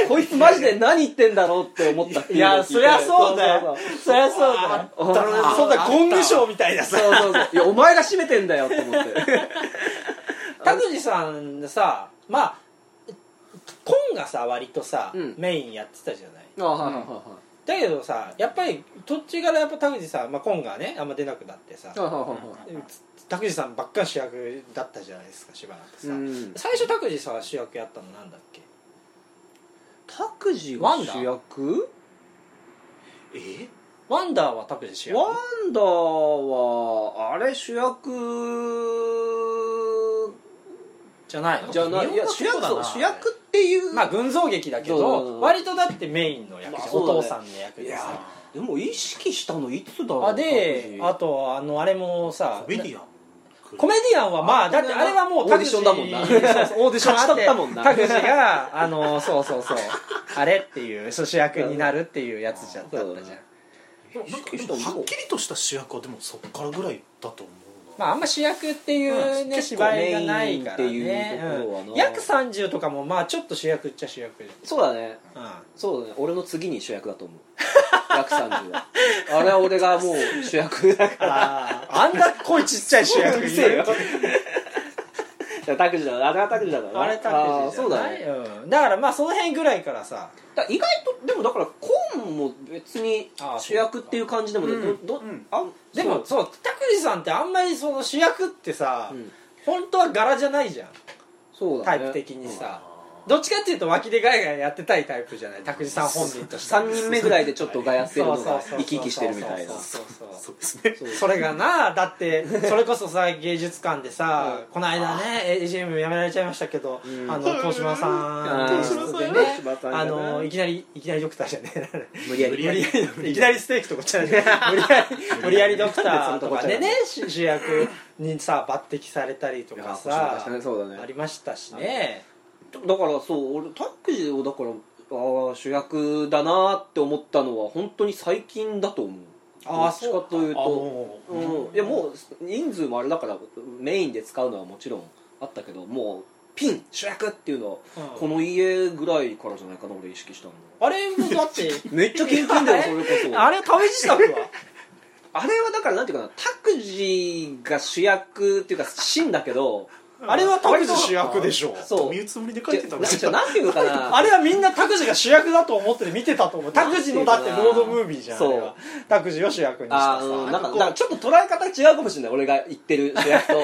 Speaker 1: こいつマジで何言ってんだろうって思ったって
Speaker 2: いう
Speaker 1: のを聞
Speaker 2: や
Speaker 1: て
Speaker 2: そりゃそうだよそりゃそうだよ
Speaker 1: そうそうそう
Speaker 3: あ
Speaker 2: そんなゴングショーみたいなさ
Speaker 1: そうそうそう。いや、お前が閉めてんだよって思って。
Speaker 2: 田口さんさまあコンがさ割とさ、
Speaker 1: うん
Speaker 2: メインやってたじゃない
Speaker 1: あ、はいはいはいはい。
Speaker 2: だけどさやっぱり途中からやっぱ田口さん、まあ、コンがねあんま出なくなってさ、
Speaker 1: はいはいはいはい
Speaker 2: 田口さんばっかり主役だったじゃないですかしばらくさ、
Speaker 1: うん
Speaker 2: 最初田口さん主役やったのなんだっけ
Speaker 1: タクジが主役
Speaker 3: え
Speaker 2: ワンダーは田口主役
Speaker 1: ワンダーはあれ主役
Speaker 2: じゃないの
Speaker 1: じゃないいや主
Speaker 3: 微妙
Speaker 1: 役
Speaker 3: なとこだな
Speaker 1: そう主役っていう、
Speaker 2: まあ群像劇だけ
Speaker 1: そうそうそ
Speaker 2: ど
Speaker 1: う
Speaker 2: 割とだってメインの役
Speaker 1: ま
Speaker 2: じゃん、
Speaker 1: あそう
Speaker 2: お
Speaker 1: だね
Speaker 2: 父さんの役
Speaker 1: い
Speaker 2: で
Speaker 1: や
Speaker 2: さ
Speaker 1: でも意識したのいつだろう
Speaker 2: あで
Speaker 1: タ
Speaker 2: あ
Speaker 1: ク
Speaker 2: とあのあれもさ
Speaker 3: コメディアン
Speaker 2: コメディアンはまあだってあれはもう
Speaker 1: オーディションだもんな
Speaker 2: 田口そうそうオーディションあ
Speaker 1: 勝ち取ったもんな
Speaker 2: って田口があのそうそうそうあれっていうそう主役になるっていうやつじゃだったじ
Speaker 1: そ
Speaker 2: ゃん
Speaker 1: うだね
Speaker 3: でもなんか
Speaker 1: 意識したの
Speaker 3: はっきりとした主役はでもそっからぐらいだと思うな
Speaker 2: まああんま主役っていうね、
Speaker 1: 結構
Speaker 2: 芝居がないからね
Speaker 1: メインっていうところはな
Speaker 2: うん約30とかもまあちょっと主役っちゃ主役じ
Speaker 1: ジそうだね
Speaker 2: ゃん、うん
Speaker 1: そうだね俺の次に主役だと 思う役30はあれは俺がもう主役だから
Speaker 2: ああんな声ちっちゃい主役
Speaker 1: うる
Speaker 2: い
Speaker 1: せえ
Speaker 2: る
Speaker 1: よいやタクジだあれはタクジだからな
Speaker 2: あれた
Speaker 1: あー
Speaker 2: け
Speaker 1: そうだね
Speaker 2: うん、だからまあその辺ぐらいからさ
Speaker 1: だから意外とでもだからコーンも別に
Speaker 2: あー
Speaker 1: 主役っていう感じでもね
Speaker 3: うん
Speaker 1: どど
Speaker 3: うん
Speaker 1: あ
Speaker 2: でもそう田口さんってあんまりその主役ってさ、
Speaker 1: うん
Speaker 2: 本当は柄じゃないじゃん
Speaker 1: そうだ
Speaker 2: タ
Speaker 1: ね
Speaker 2: イプ的にさ、
Speaker 3: あ
Speaker 2: どっちかっていうと脇でガヤガヤやってたいタイプじゃない田口さん本人として
Speaker 1: 3人目ぐらいでちょっとガヤってるの
Speaker 2: そう
Speaker 1: が
Speaker 2: そうそうそう
Speaker 1: 生き生きしてるみたいな
Speaker 2: そうそうそうそう
Speaker 3: そうですね
Speaker 2: それがなだってそれこそさ芸術館でさ、この間ね AGM やめられちゃいましたけど、
Speaker 1: うん
Speaker 2: あの東島さ
Speaker 1: あ
Speaker 2: ん
Speaker 1: ー
Speaker 2: 演出でね
Speaker 1: 東島さんがな
Speaker 2: あのいきなりいきなりドクターじゃね
Speaker 1: 無理やり
Speaker 2: えないきなりステーキとかじゃない無理やり無理やりドクターとかでね主主役にさ抜擢されたりと
Speaker 1: いや
Speaker 2: か
Speaker 1: そうだ
Speaker 2: さ
Speaker 1: ねそうだ
Speaker 2: あ
Speaker 1: ね
Speaker 2: りましたしね
Speaker 1: だからそう俺タクジをだからああ主役だなって思ったのは本当に最近だと思う
Speaker 2: あー
Speaker 1: どっちかというと
Speaker 3: もう
Speaker 1: うんいやもう人数もあれだからメインで使うのはもちろんあったけどもうピン主役っていうのは
Speaker 2: うん
Speaker 1: この家ぐらいからじゃないかな俺意識したの
Speaker 2: あれもだって
Speaker 1: めっちゃキンキンだよそれこそ
Speaker 2: あれは試したくは
Speaker 1: あれはだからなんていうかなタクジが主役っていうかシンだけど
Speaker 2: あれは拓司主役でしょ
Speaker 1: そう
Speaker 3: 見うつもりで書
Speaker 1: ち
Speaker 3: い
Speaker 1: ょ
Speaker 3: てた
Speaker 1: なちょなんていうのかな
Speaker 2: あれはみんな拓司が主役だと思って見てたと思う拓司のだってロードムービーじゃん
Speaker 1: そう
Speaker 2: あれは拓司を主役にした
Speaker 1: あ
Speaker 2: さ
Speaker 1: ーうん
Speaker 2: 違
Speaker 1: なんか
Speaker 3: こう
Speaker 1: なんかちょっと捉え方違うかもしれない俺が言ってる主役と
Speaker 2: う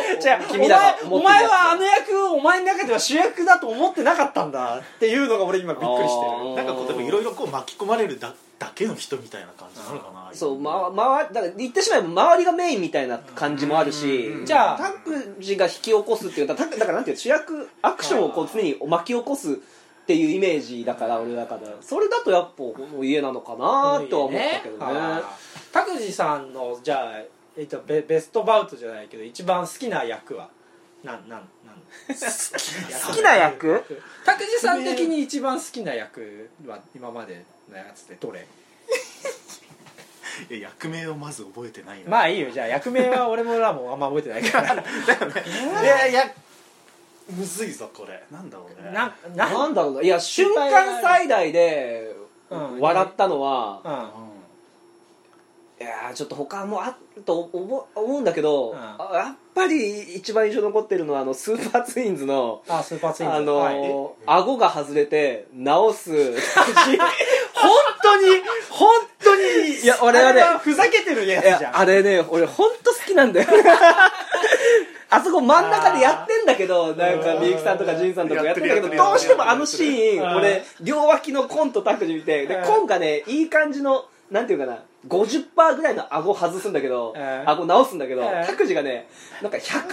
Speaker 1: 君
Speaker 2: お
Speaker 1: ら
Speaker 2: 前
Speaker 1: が思
Speaker 2: お
Speaker 1: ってるやつ
Speaker 2: 前はあの役をお前の中では主役だと思ってなかったんだっていうのが俺今びっくりして
Speaker 1: あー
Speaker 2: る
Speaker 3: なんかこうでもいろいろこう巻き込まれるだだけの人みたいな感じなのかな
Speaker 1: そう、ま、まだから言ってしまえば周りがメインみたいな感じもあるし
Speaker 2: じゃあ
Speaker 1: タクジが引き起こすっていうのはだだからなんていうの主役アクションをこう常に巻き起こすっていうイメージだから俺だからそれだとやっぱこの家なのかなとは思ったけどね
Speaker 2: 拓司さんのじゃあ、えっと、ベベストバウトじゃないけど一番好きな役はなんなんなん好
Speaker 1: きな役
Speaker 2: 拓司さん的に一番好きな役は今までのやつでどれ
Speaker 3: いや役名をまず覚えてないな、
Speaker 2: まあいいよじゃあ役名は俺もらもあんま覚えてな いから
Speaker 3: いやいやむずいぞこれなんだろうね
Speaker 2: なな
Speaker 1: なんだろうないや瞬間最大で
Speaker 2: うん
Speaker 1: 笑ったのは、
Speaker 2: うん
Speaker 1: いやーちょっと他もあると思う思うんだけど、
Speaker 2: うん
Speaker 1: あやっぱり一番印象残ってるのはあのスーパーツインズの
Speaker 2: あスーパーツインズ
Speaker 1: あの
Speaker 2: はい
Speaker 1: ー顎が外れて直 す
Speaker 2: 本当に本当に
Speaker 1: いや俺はね
Speaker 2: あれふざけてるや
Speaker 1: い
Speaker 2: つじ
Speaker 1: や
Speaker 2: ゃん
Speaker 1: あれね俺本当好きなん だよあそこ真ん中でやってんだけどなんかみゆきさんとかじんさんとかやってんだけど
Speaker 3: やってるやっ
Speaker 1: ど
Speaker 3: てる
Speaker 1: うしてもあのシー
Speaker 2: う
Speaker 1: ン
Speaker 2: ん
Speaker 1: 俺両脇のコンとタクジ見てで
Speaker 2: うん
Speaker 1: コンがねいい感じのなんていうかな50%ぐらいの顎外すんだけど
Speaker 2: うん
Speaker 1: 顎直すんだけど
Speaker 2: うん
Speaker 1: タクジがねなんか130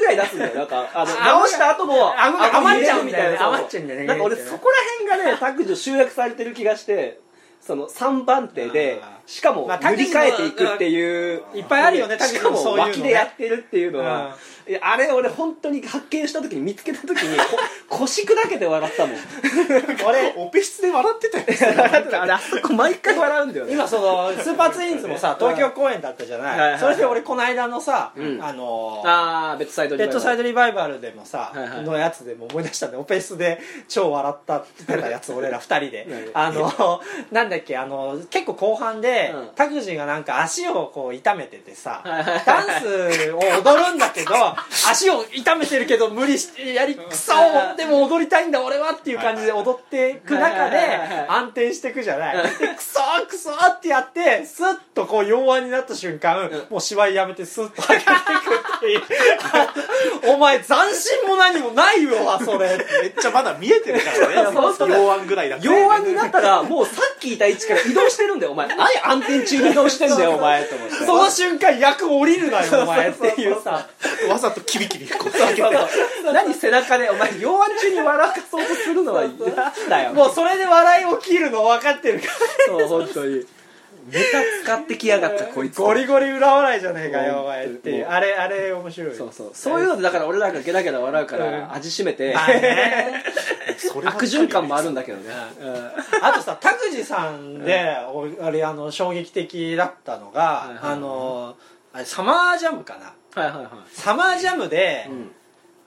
Speaker 1: ぐらい出すんだよなんかあの
Speaker 2: 顎が
Speaker 1: 直した後も
Speaker 2: 顎が余っちゃう
Speaker 1: み
Speaker 2: み
Speaker 1: た
Speaker 2: た
Speaker 1: い
Speaker 2: い
Speaker 1: な
Speaker 2: な
Speaker 1: そう
Speaker 2: 余っちゃうんじゃない
Speaker 1: なんか俺そこら辺がねタクジを集約されてる気がしてその3番手で
Speaker 2: あー
Speaker 1: しかも
Speaker 2: まあタ
Speaker 1: 塗
Speaker 2: ク
Speaker 1: り
Speaker 2: ジの
Speaker 1: 替えていくっていう
Speaker 2: いっぱいあるよね
Speaker 1: し
Speaker 2: 確
Speaker 1: か
Speaker 2: かに
Speaker 1: も
Speaker 2: そういうのね
Speaker 1: 脇でやってるっていうのは、いやあれ俺本当に発見した時に見つけた時 にこ腰砕けて笑ったもん
Speaker 3: 俺オペ室で笑ってたよ
Speaker 1: 笑ってたあれあそこ毎回笑うんだよね
Speaker 2: 今そのスーパーツインズもさ東京公演だったじゃない,、
Speaker 1: はいはいはい
Speaker 2: それで俺この間のさ、
Speaker 1: うん
Speaker 2: あのー
Speaker 1: ああベッドサイド
Speaker 2: レッドサイ
Speaker 1: ド
Speaker 2: ドリバイバルでもさ、
Speaker 1: はいはい
Speaker 2: のやつでも思い出したんでオペスで超笑ったってたやつ俺ら二 人で
Speaker 1: なるほど
Speaker 2: あのなんだっけあの結構後半で、
Speaker 1: うん
Speaker 2: タクジがなんか足をこう痛めててさ
Speaker 1: はいはいはい
Speaker 2: ダンスを踊るんだけ ど足を痛めてるけど無理してやりくそーでも踊りたいんだ俺はっていう感じで踊っていく中
Speaker 1: はいはいは
Speaker 2: で
Speaker 1: いはい
Speaker 2: 安定していくじゃないでクソークソーってやってスッとこう弱になった瞬間、もう芝居やめてスッと上げていくっていうあのお前斬新も何もないわ それ
Speaker 3: めっちゃまだ見えてるからね
Speaker 1: そうそう
Speaker 3: 要案ぐらいだから
Speaker 1: 弱になったらもうさっきいた位置から移動してるんだよお 前何暗転中に移動してんだよお前と思って
Speaker 2: その瞬間役降りるなよお前っていうさ
Speaker 3: わざとキビキビこう下 げて
Speaker 1: 何背中でお前弱中に笑かそうとするのは嫌だよ
Speaker 2: もうそれで笑い起きるの分かってるから
Speaker 1: そう本当にネタ使ってきやがったこいつ
Speaker 2: ゴリゴリ裏笑いじゃねえかよお前ってい
Speaker 1: も
Speaker 2: う
Speaker 1: う
Speaker 2: あれあれ面白い
Speaker 1: そうそうそういうのでだから俺らがゲラゲラ笑うから味しめて
Speaker 2: ま あね
Speaker 3: そればっ
Speaker 1: 悪
Speaker 3: かり
Speaker 1: 循環もあるんだけどね
Speaker 2: あとさ拓司さんで、おあれあの衝撃的だったのが、
Speaker 1: いはい
Speaker 2: あのあれサマージャムかな
Speaker 1: はいはいは
Speaker 2: サマージャムで、
Speaker 1: いうん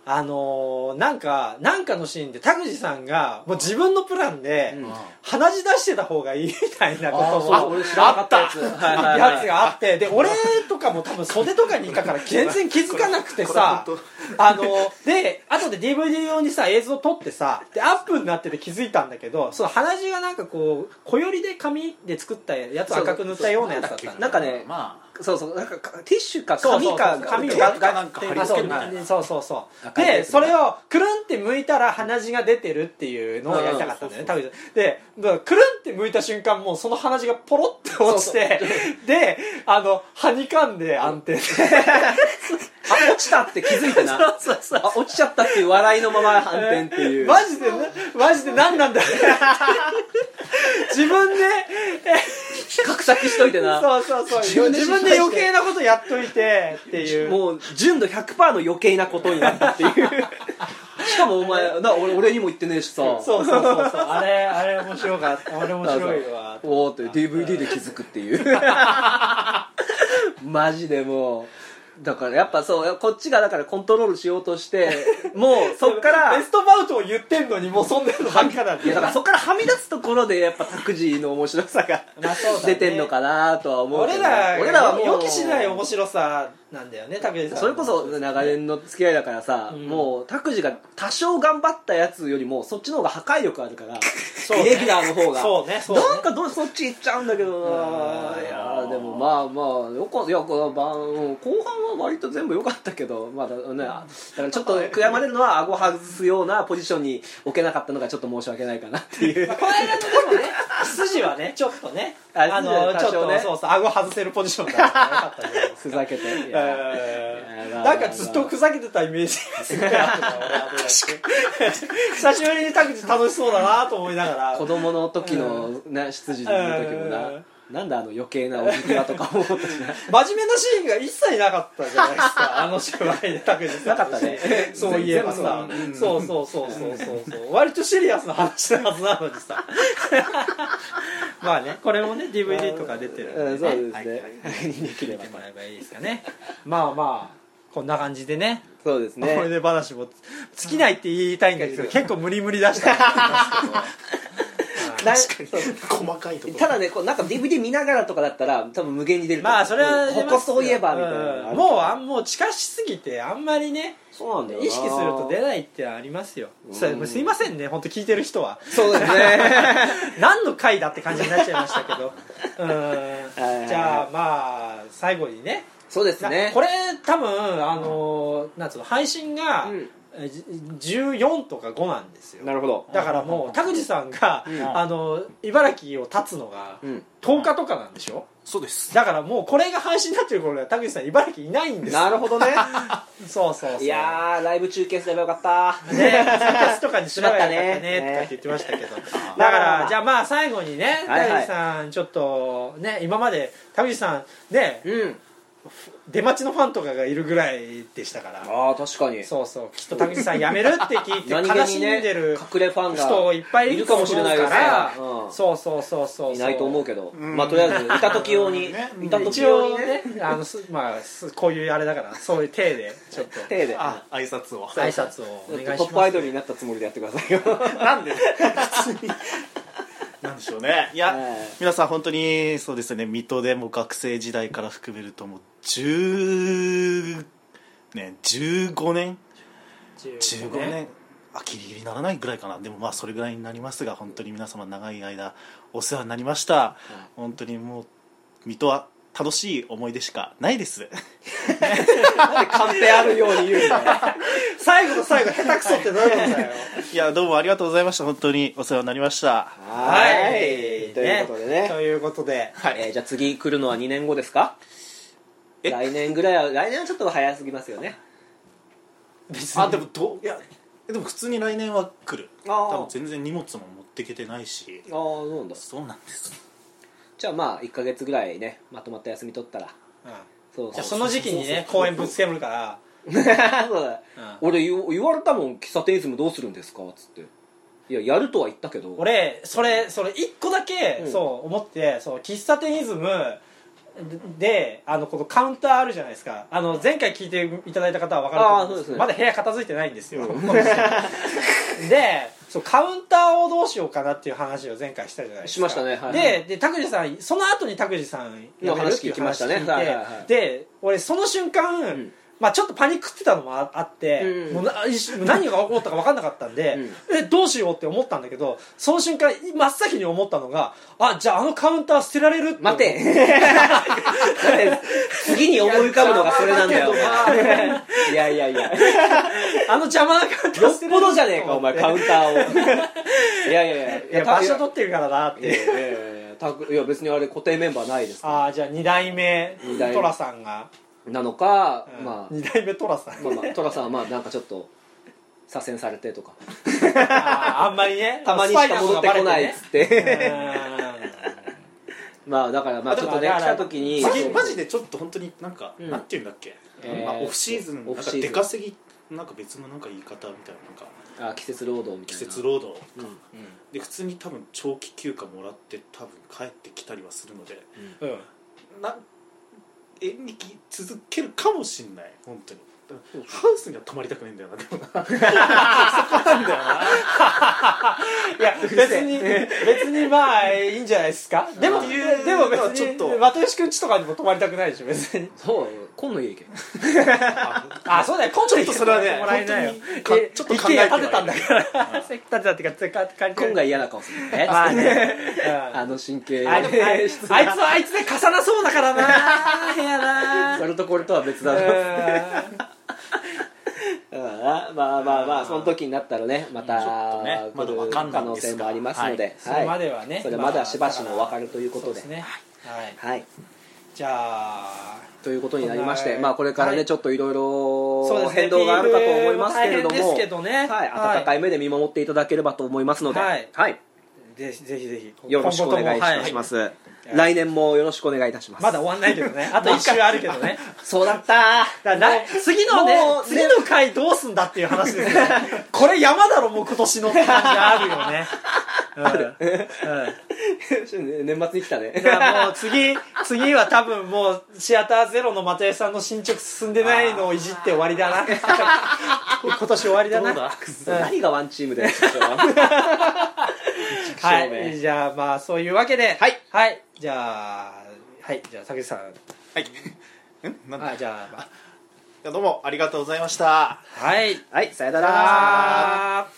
Speaker 2: あのなんかなんかのシーンで拓司さんがもう自分のプランで、
Speaker 1: うん
Speaker 2: 鼻血出してた方がいいみたいなこ
Speaker 1: あ
Speaker 2: と
Speaker 1: そう
Speaker 2: を
Speaker 1: 俺知らなかったやつはいはいはい
Speaker 2: やつがあってで俺とかも多分袖とかにいたから全然気づかなくてさ
Speaker 3: これこ
Speaker 2: あので後で DVD 用にさ映像撮ってさでアップになってて気づいたんだけどその鼻血がなんかこう小よりで紙で作ったやつを赤く塗ったようなやつだったんだ
Speaker 1: なんかね
Speaker 3: ま
Speaker 1: そうそうなんかかティッシュか
Speaker 2: そう
Speaker 1: 紙
Speaker 2: そう
Speaker 1: か
Speaker 2: 紙
Speaker 1: が
Speaker 2: を
Speaker 3: が
Speaker 2: ガッ
Speaker 3: なんか貼り
Speaker 2: あ
Speaker 3: 付
Speaker 2: そ
Speaker 3: け
Speaker 2: う
Speaker 3: るみたいな
Speaker 2: そうそうそう
Speaker 1: 赤いテープ
Speaker 2: で
Speaker 1: ね
Speaker 2: それをくるんって向いたら鼻血が出てるっていうのをやりたかったんだよね多分でだからくるんって向いた瞬間もうその鼻血がポロって落ちてであのはにかんで安定で
Speaker 1: あ落ちたって気づいてな
Speaker 2: そうそう
Speaker 1: あ落ちちゃったっていう笑いのまま反転っていう
Speaker 2: マジでねマジで何なんだ自分で
Speaker 1: 画策しといてな
Speaker 2: そうそうそう
Speaker 1: 自分で
Speaker 2: 自分で余計なことやっといてっていう
Speaker 1: もう純度100%の余計なことになったっていう しかもお前な俺俺にも言ってねえしさ
Speaker 2: そうそうそうそうあれあれ面白かったあれ面白いわ
Speaker 1: おおって DVD で気づくっていうマジでもうだからやっぱそうこっちがだからコントロールしようと してもうそっから
Speaker 2: ベストバウトを言ってんのにもうそんなのばっかなん
Speaker 1: いやだ からそっからはみ出すところでやっぱ拓司の面白さが
Speaker 2: まあそうだね
Speaker 1: 出てんのかなとは思うけ
Speaker 2: 俺
Speaker 1: ど
Speaker 2: ら
Speaker 1: 俺らはもう
Speaker 2: 予期しない面白さなんだよね武井さん
Speaker 1: それこそ長年の付き合いだからさ、
Speaker 2: うん
Speaker 1: もう拓司が多少頑張ったやつよりもそっちの方が破壊力あるから、
Speaker 2: うね
Speaker 1: レギュラーの方が
Speaker 2: そうねそうね
Speaker 1: なんかどうそっち行っちゃうんだけどな
Speaker 2: うん
Speaker 1: いやでもまあまあよかいやこの番うん後半は割と全部良かったけどまだねだからちょっと悔やまれるのは顎外すようなポジションに置けなかったのがちょっと申し訳ないかなっていう
Speaker 2: この間のでもね筋はねちょっとね
Speaker 1: あ
Speaker 2: あ
Speaker 1: 筋は
Speaker 2: の
Speaker 1: 多
Speaker 2: ちょっ
Speaker 1: 少
Speaker 2: と
Speaker 1: ね
Speaker 2: そうそう顎外せるポジションだったからよかったけど
Speaker 1: ふざけて いや
Speaker 2: え
Speaker 1: いや
Speaker 2: ーなんかずっとふざけてたイメージがすごいあったな俺は 久しぶりに拓司楽しそうだなと思いながら
Speaker 1: 子供の時のな執事の時も
Speaker 2: う
Speaker 1: なんなんであの余計なおじぎはとか思ったしな
Speaker 2: 真面目なシーンが一切なかったじゃないです かあの芝居で拓司さん
Speaker 1: なかったね
Speaker 2: そういえばさ
Speaker 1: 全部
Speaker 2: そうそうそうそうそうそう割とシリアスな話のはずなのに さまあねこれもね DVD とか出てるんで
Speaker 1: う
Speaker 2: ね
Speaker 1: んそうですね、
Speaker 3: はいはい
Speaker 1: にできれ
Speaker 2: 見
Speaker 1: ば
Speaker 2: てもらえばいいですかねまあまあこんな感じでね
Speaker 1: そうですね
Speaker 2: 思い出話も尽きないって言いたいんだけ ど結構無理無理出した
Speaker 1: な
Speaker 3: 細かいところ
Speaker 1: ただねこうなんか DVD 見ながらとかだったら多分無限に出ると思う
Speaker 2: まあそれは
Speaker 1: ここそういえばみたいな、
Speaker 2: うんもうあんもう近しすぎてあんまりね
Speaker 1: そうなんだよな
Speaker 2: 意識すると出ないってありますよそれすいませんね本当聞いてる人は
Speaker 1: そうですね
Speaker 2: 何の回だって感じになっちゃいましたけどう
Speaker 1: はいは
Speaker 2: ー
Speaker 1: い
Speaker 2: んじゃあまあ最後にね
Speaker 1: そうです
Speaker 2: な
Speaker 1: ね
Speaker 2: これ多分あのーなんつうの配信が
Speaker 1: うん
Speaker 2: えじ14とか5なんですよ
Speaker 1: なるほど
Speaker 2: だからもう拓司さんが、
Speaker 1: ん
Speaker 2: あの茨城を立つのが
Speaker 1: うん
Speaker 2: 10日とかなんでしょ
Speaker 3: そうです
Speaker 2: だからもうこれが配信になってる頃には拓司さん茨城いないんですよ
Speaker 1: なるほどね
Speaker 2: そう そうそう
Speaker 1: い
Speaker 2: い
Speaker 1: やーライブ中継すればよかった
Speaker 2: ねサとかにしまったね
Speaker 1: しまったね
Speaker 2: とかって言ってましたけど、だ
Speaker 1: まあま
Speaker 2: か
Speaker 1: あまあ
Speaker 2: らじゃあまあ最後にね
Speaker 1: はいはい
Speaker 2: 拓司さんちょっとね今まで拓司さんね
Speaker 1: うん
Speaker 2: 出待ちのファンとかがいるぐらいでしたから
Speaker 1: ああ確かに
Speaker 2: そうそうきっと拓司さん辞めるって聞いて
Speaker 1: 何
Speaker 2: 悲
Speaker 1: 気に
Speaker 2: しん
Speaker 1: ね
Speaker 2: でる
Speaker 1: 隠れファンが
Speaker 2: 人いっぱいいる
Speaker 1: るかもしれないです
Speaker 2: か
Speaker 1: ね
Speaker 2: ら、
Speaker 1: うん
Speaker 2: そうそうそうそうい
Speaker 1: いないと思う
Speaker 2: け
Speaker 1: けど、
Speaker 3: うん
Speaker 1: まあとりあえずいた時用 に、
Speaker 3: うんね
Speaker 1: いた時
Speaker 2: 一
Speaker 1: 用
Speaker 2: 応
Speaker 1: にね
Speaker 2: ねあのすまあすこういうあれだからそういう体で ちょっと
Speaker 1: 手で
Speaker 3: あ挨拶を
Speaker 2: 挨拶を
Speaker 1: ト
Speaker 2: お願いします
Speaker 1: ップアイドルになったつもりでやってください よ
Speaker 3: なんで普通になんでしょうねいや、
Speaker 1: ええ
Speaker 3: 皆さん本当にそうですね水戸でも学生時代から含めるともう10年15年15年 あギリギリならないぐらいかなでもまあそれぐらいになりますが本当に皆様長い間お世話になりました、本当にもう水戸は楽しい思い出しかないです
Speaker 1: なんでカンペあるように言うんだよ
Speaker 2: 最後の最後下手くそってなるん だよ
Speaker 3: いやどうもありがとうございました本当にお世話になりました
Speaker 1: ということでね
Speaker 2: ということで
Speaker 1: えーじゃあ次来るのは2年後ですか
Speaker 3: え
Speaker 1: 来年ぐらいは来年はちょっと早すぎますよね
Speaker 2: 別
Speaker 3: あでもどういやでも普通に来年は来る
Speaker 1: あー
Speaker 3: 多分全然荷物も持ってけてないし
Speaker 1: ああそうなんだ
Speaker 3: そうなんです
Speaker 1: じゃあまあ1か月ぐらいねまとまった休み取ったらそう
Speaker 2: じゃあ
Speaker 1: そ
Speaker 2: そうの時期にね公演ぶつけるから
Speaker 1: そうだ俺言う言われたもん喫茶店いつもどうするんですかっつっていややるとは言ったけど
Speaker 2: 俺それそれ一個だけ、
Speaker 1: うん
Speaker 2: そう思ってそう喫茶店イズムであのこのカウンターあるじゃないですかあの前回聞いていただいた方は分かると思うんですけど
Speaker 1: あ
Speaker 2: ま
Speaker 1: ーそうですね
Speaker 2: だ部屋片付いてないんですよ、 でそうカウンターをどうしようかなっていう話を前回したじゃないですか
Speaker 1: しましたねはい
Speaker 2: でで拓司さんその後に拓司さん辞めるっていう
Speaker 1: の話聞きまし
Speaker 2: 話
Speaker 1: た
Speaker 2: 聞
Speaker 1: ね
Speaker 2: いて、
Speaker 1: はいはいはい
Speaker 2: で俺その瞬間、
Speaker 1: ん
Speaker 2: まあ、ちょっとパニックってたのもああって、
Speaker 1: うん
Speaker 2: もうな一瞬何が起こったか分かんなかったんで、えどうしようって思ったんだけどその瞬間真っ先に思ったのがあじゃああのカウンター捨てられるって思
Speaker 1: 待
Speaker 2: って
Speaker 1: 次に思い浮かぶのがそれなんだよ
Speaker 2: いや邪 魔
Speaker 1: いやいやいや
Speaker 2: あの邪魔なカウンター
Speaker 1: よっ
Speaker 2: 捨てら
Speaker 1: ぽ
Speaker 2: れる
Speaker 1: どじゃねえかお前カウンター をいやいやいやい
Speaker 2: いや場所取ってるからなっ
Speaker 1: いや
Speaker 2: て
Speaker 1: いやいやいやたくいや別にあれ固定メンバーないです
Speaker 2: ああじゃあ2代目
Speaker 1: 二代目
Speaker 2: 寅さんが、
Speaker 1: なのか、
Speaker 2: うん
Speaker 1: まあ、
Speaker 2: 2代目寅さん
Speaker 1: まあまあ寅さんはまあなんかちょっと左遷されてとか
Speaker 2: あーあんまりね
Speaker 1: たまにしか戻ってこないっつって、
Speaker 2: スパ イダーマンがバレてね
Speaker 1: まあだからまあちょっとね
Speaker 2: だ
Speaker 1: 来
Speaker 2: から
Speaker 1: た時に
Speaker 3: マジマジでちょっと本当になんか、
Speaker 1: うん
Speaker 3: なんていうんだっけ、
Speaker 1: えー
Speaker 3: まあ、オフシーズン
Speaker 1: オフ
Speaker 3: なん
Speaker 1: シ
Speaker 3: か
Speaker 1: ーズン
Speaker 3: 出稼ぎなんか別のなんか言い方みたいななんか
Speaker 1: あ季節労働みたいな
Speaker 3: 季節労働か、
Speaker 1: うん
Speaker 3: で普通に多分長期休暇もらって多分帰ってきたりはするので
Speaker 2: うんうん
Speaker 3: な演劇続けるかもしんない本当にハウスには泊まりたくないんだよなでもな
Speaker 2: いや別 に別にまあいいんじゃないですかでも
Speaker 3: っていう
Speaker 2: でも別
Speaker 3: のはちょっ
Speaker 2: に
Speaker 3: と
Speaker 2: 又吉君家とかにも泊まりたくないでしょ別に
Speaker 1: そう今の家行け
Speaker 2: あそうだよ今度
Speaker 3: ちょっとそれはね
Speaker 2: もらえないよ
Speaker 3: 本当にか
Speaker 2: え
Speaker 3: ちょっと
Speaker 2: 一
Speaker 3: 考
Speaker 2: 軒
Speaker 3: えて
Speaker 2: 家
Speaker 3: はい
Speaker 2: 建てたんだから建てたっていうか借りて
Speaker 1: 今回嫌な顔するね
Speaker 2: まあねう ん
Speaker 1: あの神経
Speaker 2: あでもあ い
Speaker 1: 質
Speaker 2: つはあいつで重なそうだからな部屋な
Speaker 1: それとこれとは別だな
Speaker 2: う
Speaker 1: まあまあまあまあその時になったらねまた
Speaker 3: ちょっとねま
Speaker 1: 来
Speaker 3: だ
Speaker 1: る
Speaker 3: わかんな
Speaker 1: 可
Speaker 3: いん
Speaker 1: 能
Speaker 3: で
Speaker 1: 性
Speaker 3: すが
Speaker 1: もありますので
Speaker 2: んそれまではね
Speaker 1: それまだしばしのお別れというこ
Speaker 2: そ
Speaker 1: と
Speaker 2: うで
Speaker 1: です
Speaker 2: ねはい
Speaker 1: はい
Speaker 2: じゃあ
Speaker 1: ということになりまし
Speaker 2: は
Speaker 1: て
Speaker 2: い
Speaker 1: まあこれから
Speaker 2: は
Speaker 1: ね
Speaker 2: い
Speaker 1: ちょっといろい
Speaker 2: そうで
Speaker 1: ろ
Speaker 2: すね
Speaker 1: 変動があるかと思いますけれど
Speaker 2: 大変です
Speaker 1: も
Speaker 2: けどね
Speaker 1: はい
Speaker 2: はい
Speaker 1: 温かい目で見守っていただければと思いますので
Speaker 2: はい
Speaker 1: はい
Speaker 2: ぜひぜひぜひ
Speaker 1: よろしくお願いいた
Speaker 2: 今後
Speaker 1: し
Speaker 2: ともは
Speaker 1: ます来年もよろしくお願いいたします
Speaker 2: まだ終わんないけどねあと1週あるけどね
Speaker 1: そうだった
Speaker 2: だからな次のね
Speaker 1: もう
Speaker 2: 次の回どうすんだっていう話ですよね これ山だろもう今年のって感じあるよ ねうんうん
Speaker 1: 年末に来たね
Speaker 2: じゃあもう次、次は多分もう、シアターゼロの又吉さんの進捗進んでないのをいじって終わりだ な。今年終わり だな。
Speaker 1: 何がワンチームだよ
Speaker 2: は
Speaker 1: 照
Speaker 2: い。
Speaker 1: 明
Speaker 2: じゃあまあそういうわけで、
Speaker 1: はい。
Speaker 2: はい。じゃあ、はい。じゃあ、竹内さん。
Speaker 3: はいんなんだ
Speaker 2: はい。じゃあ、ま
Speaker 3: いやどうもありがとうございました
Speaker 2: あ、はい。
Speaker 1: はいさよな
Speaker 2: さよな
Speaker 1: ら
Speaker 2: ら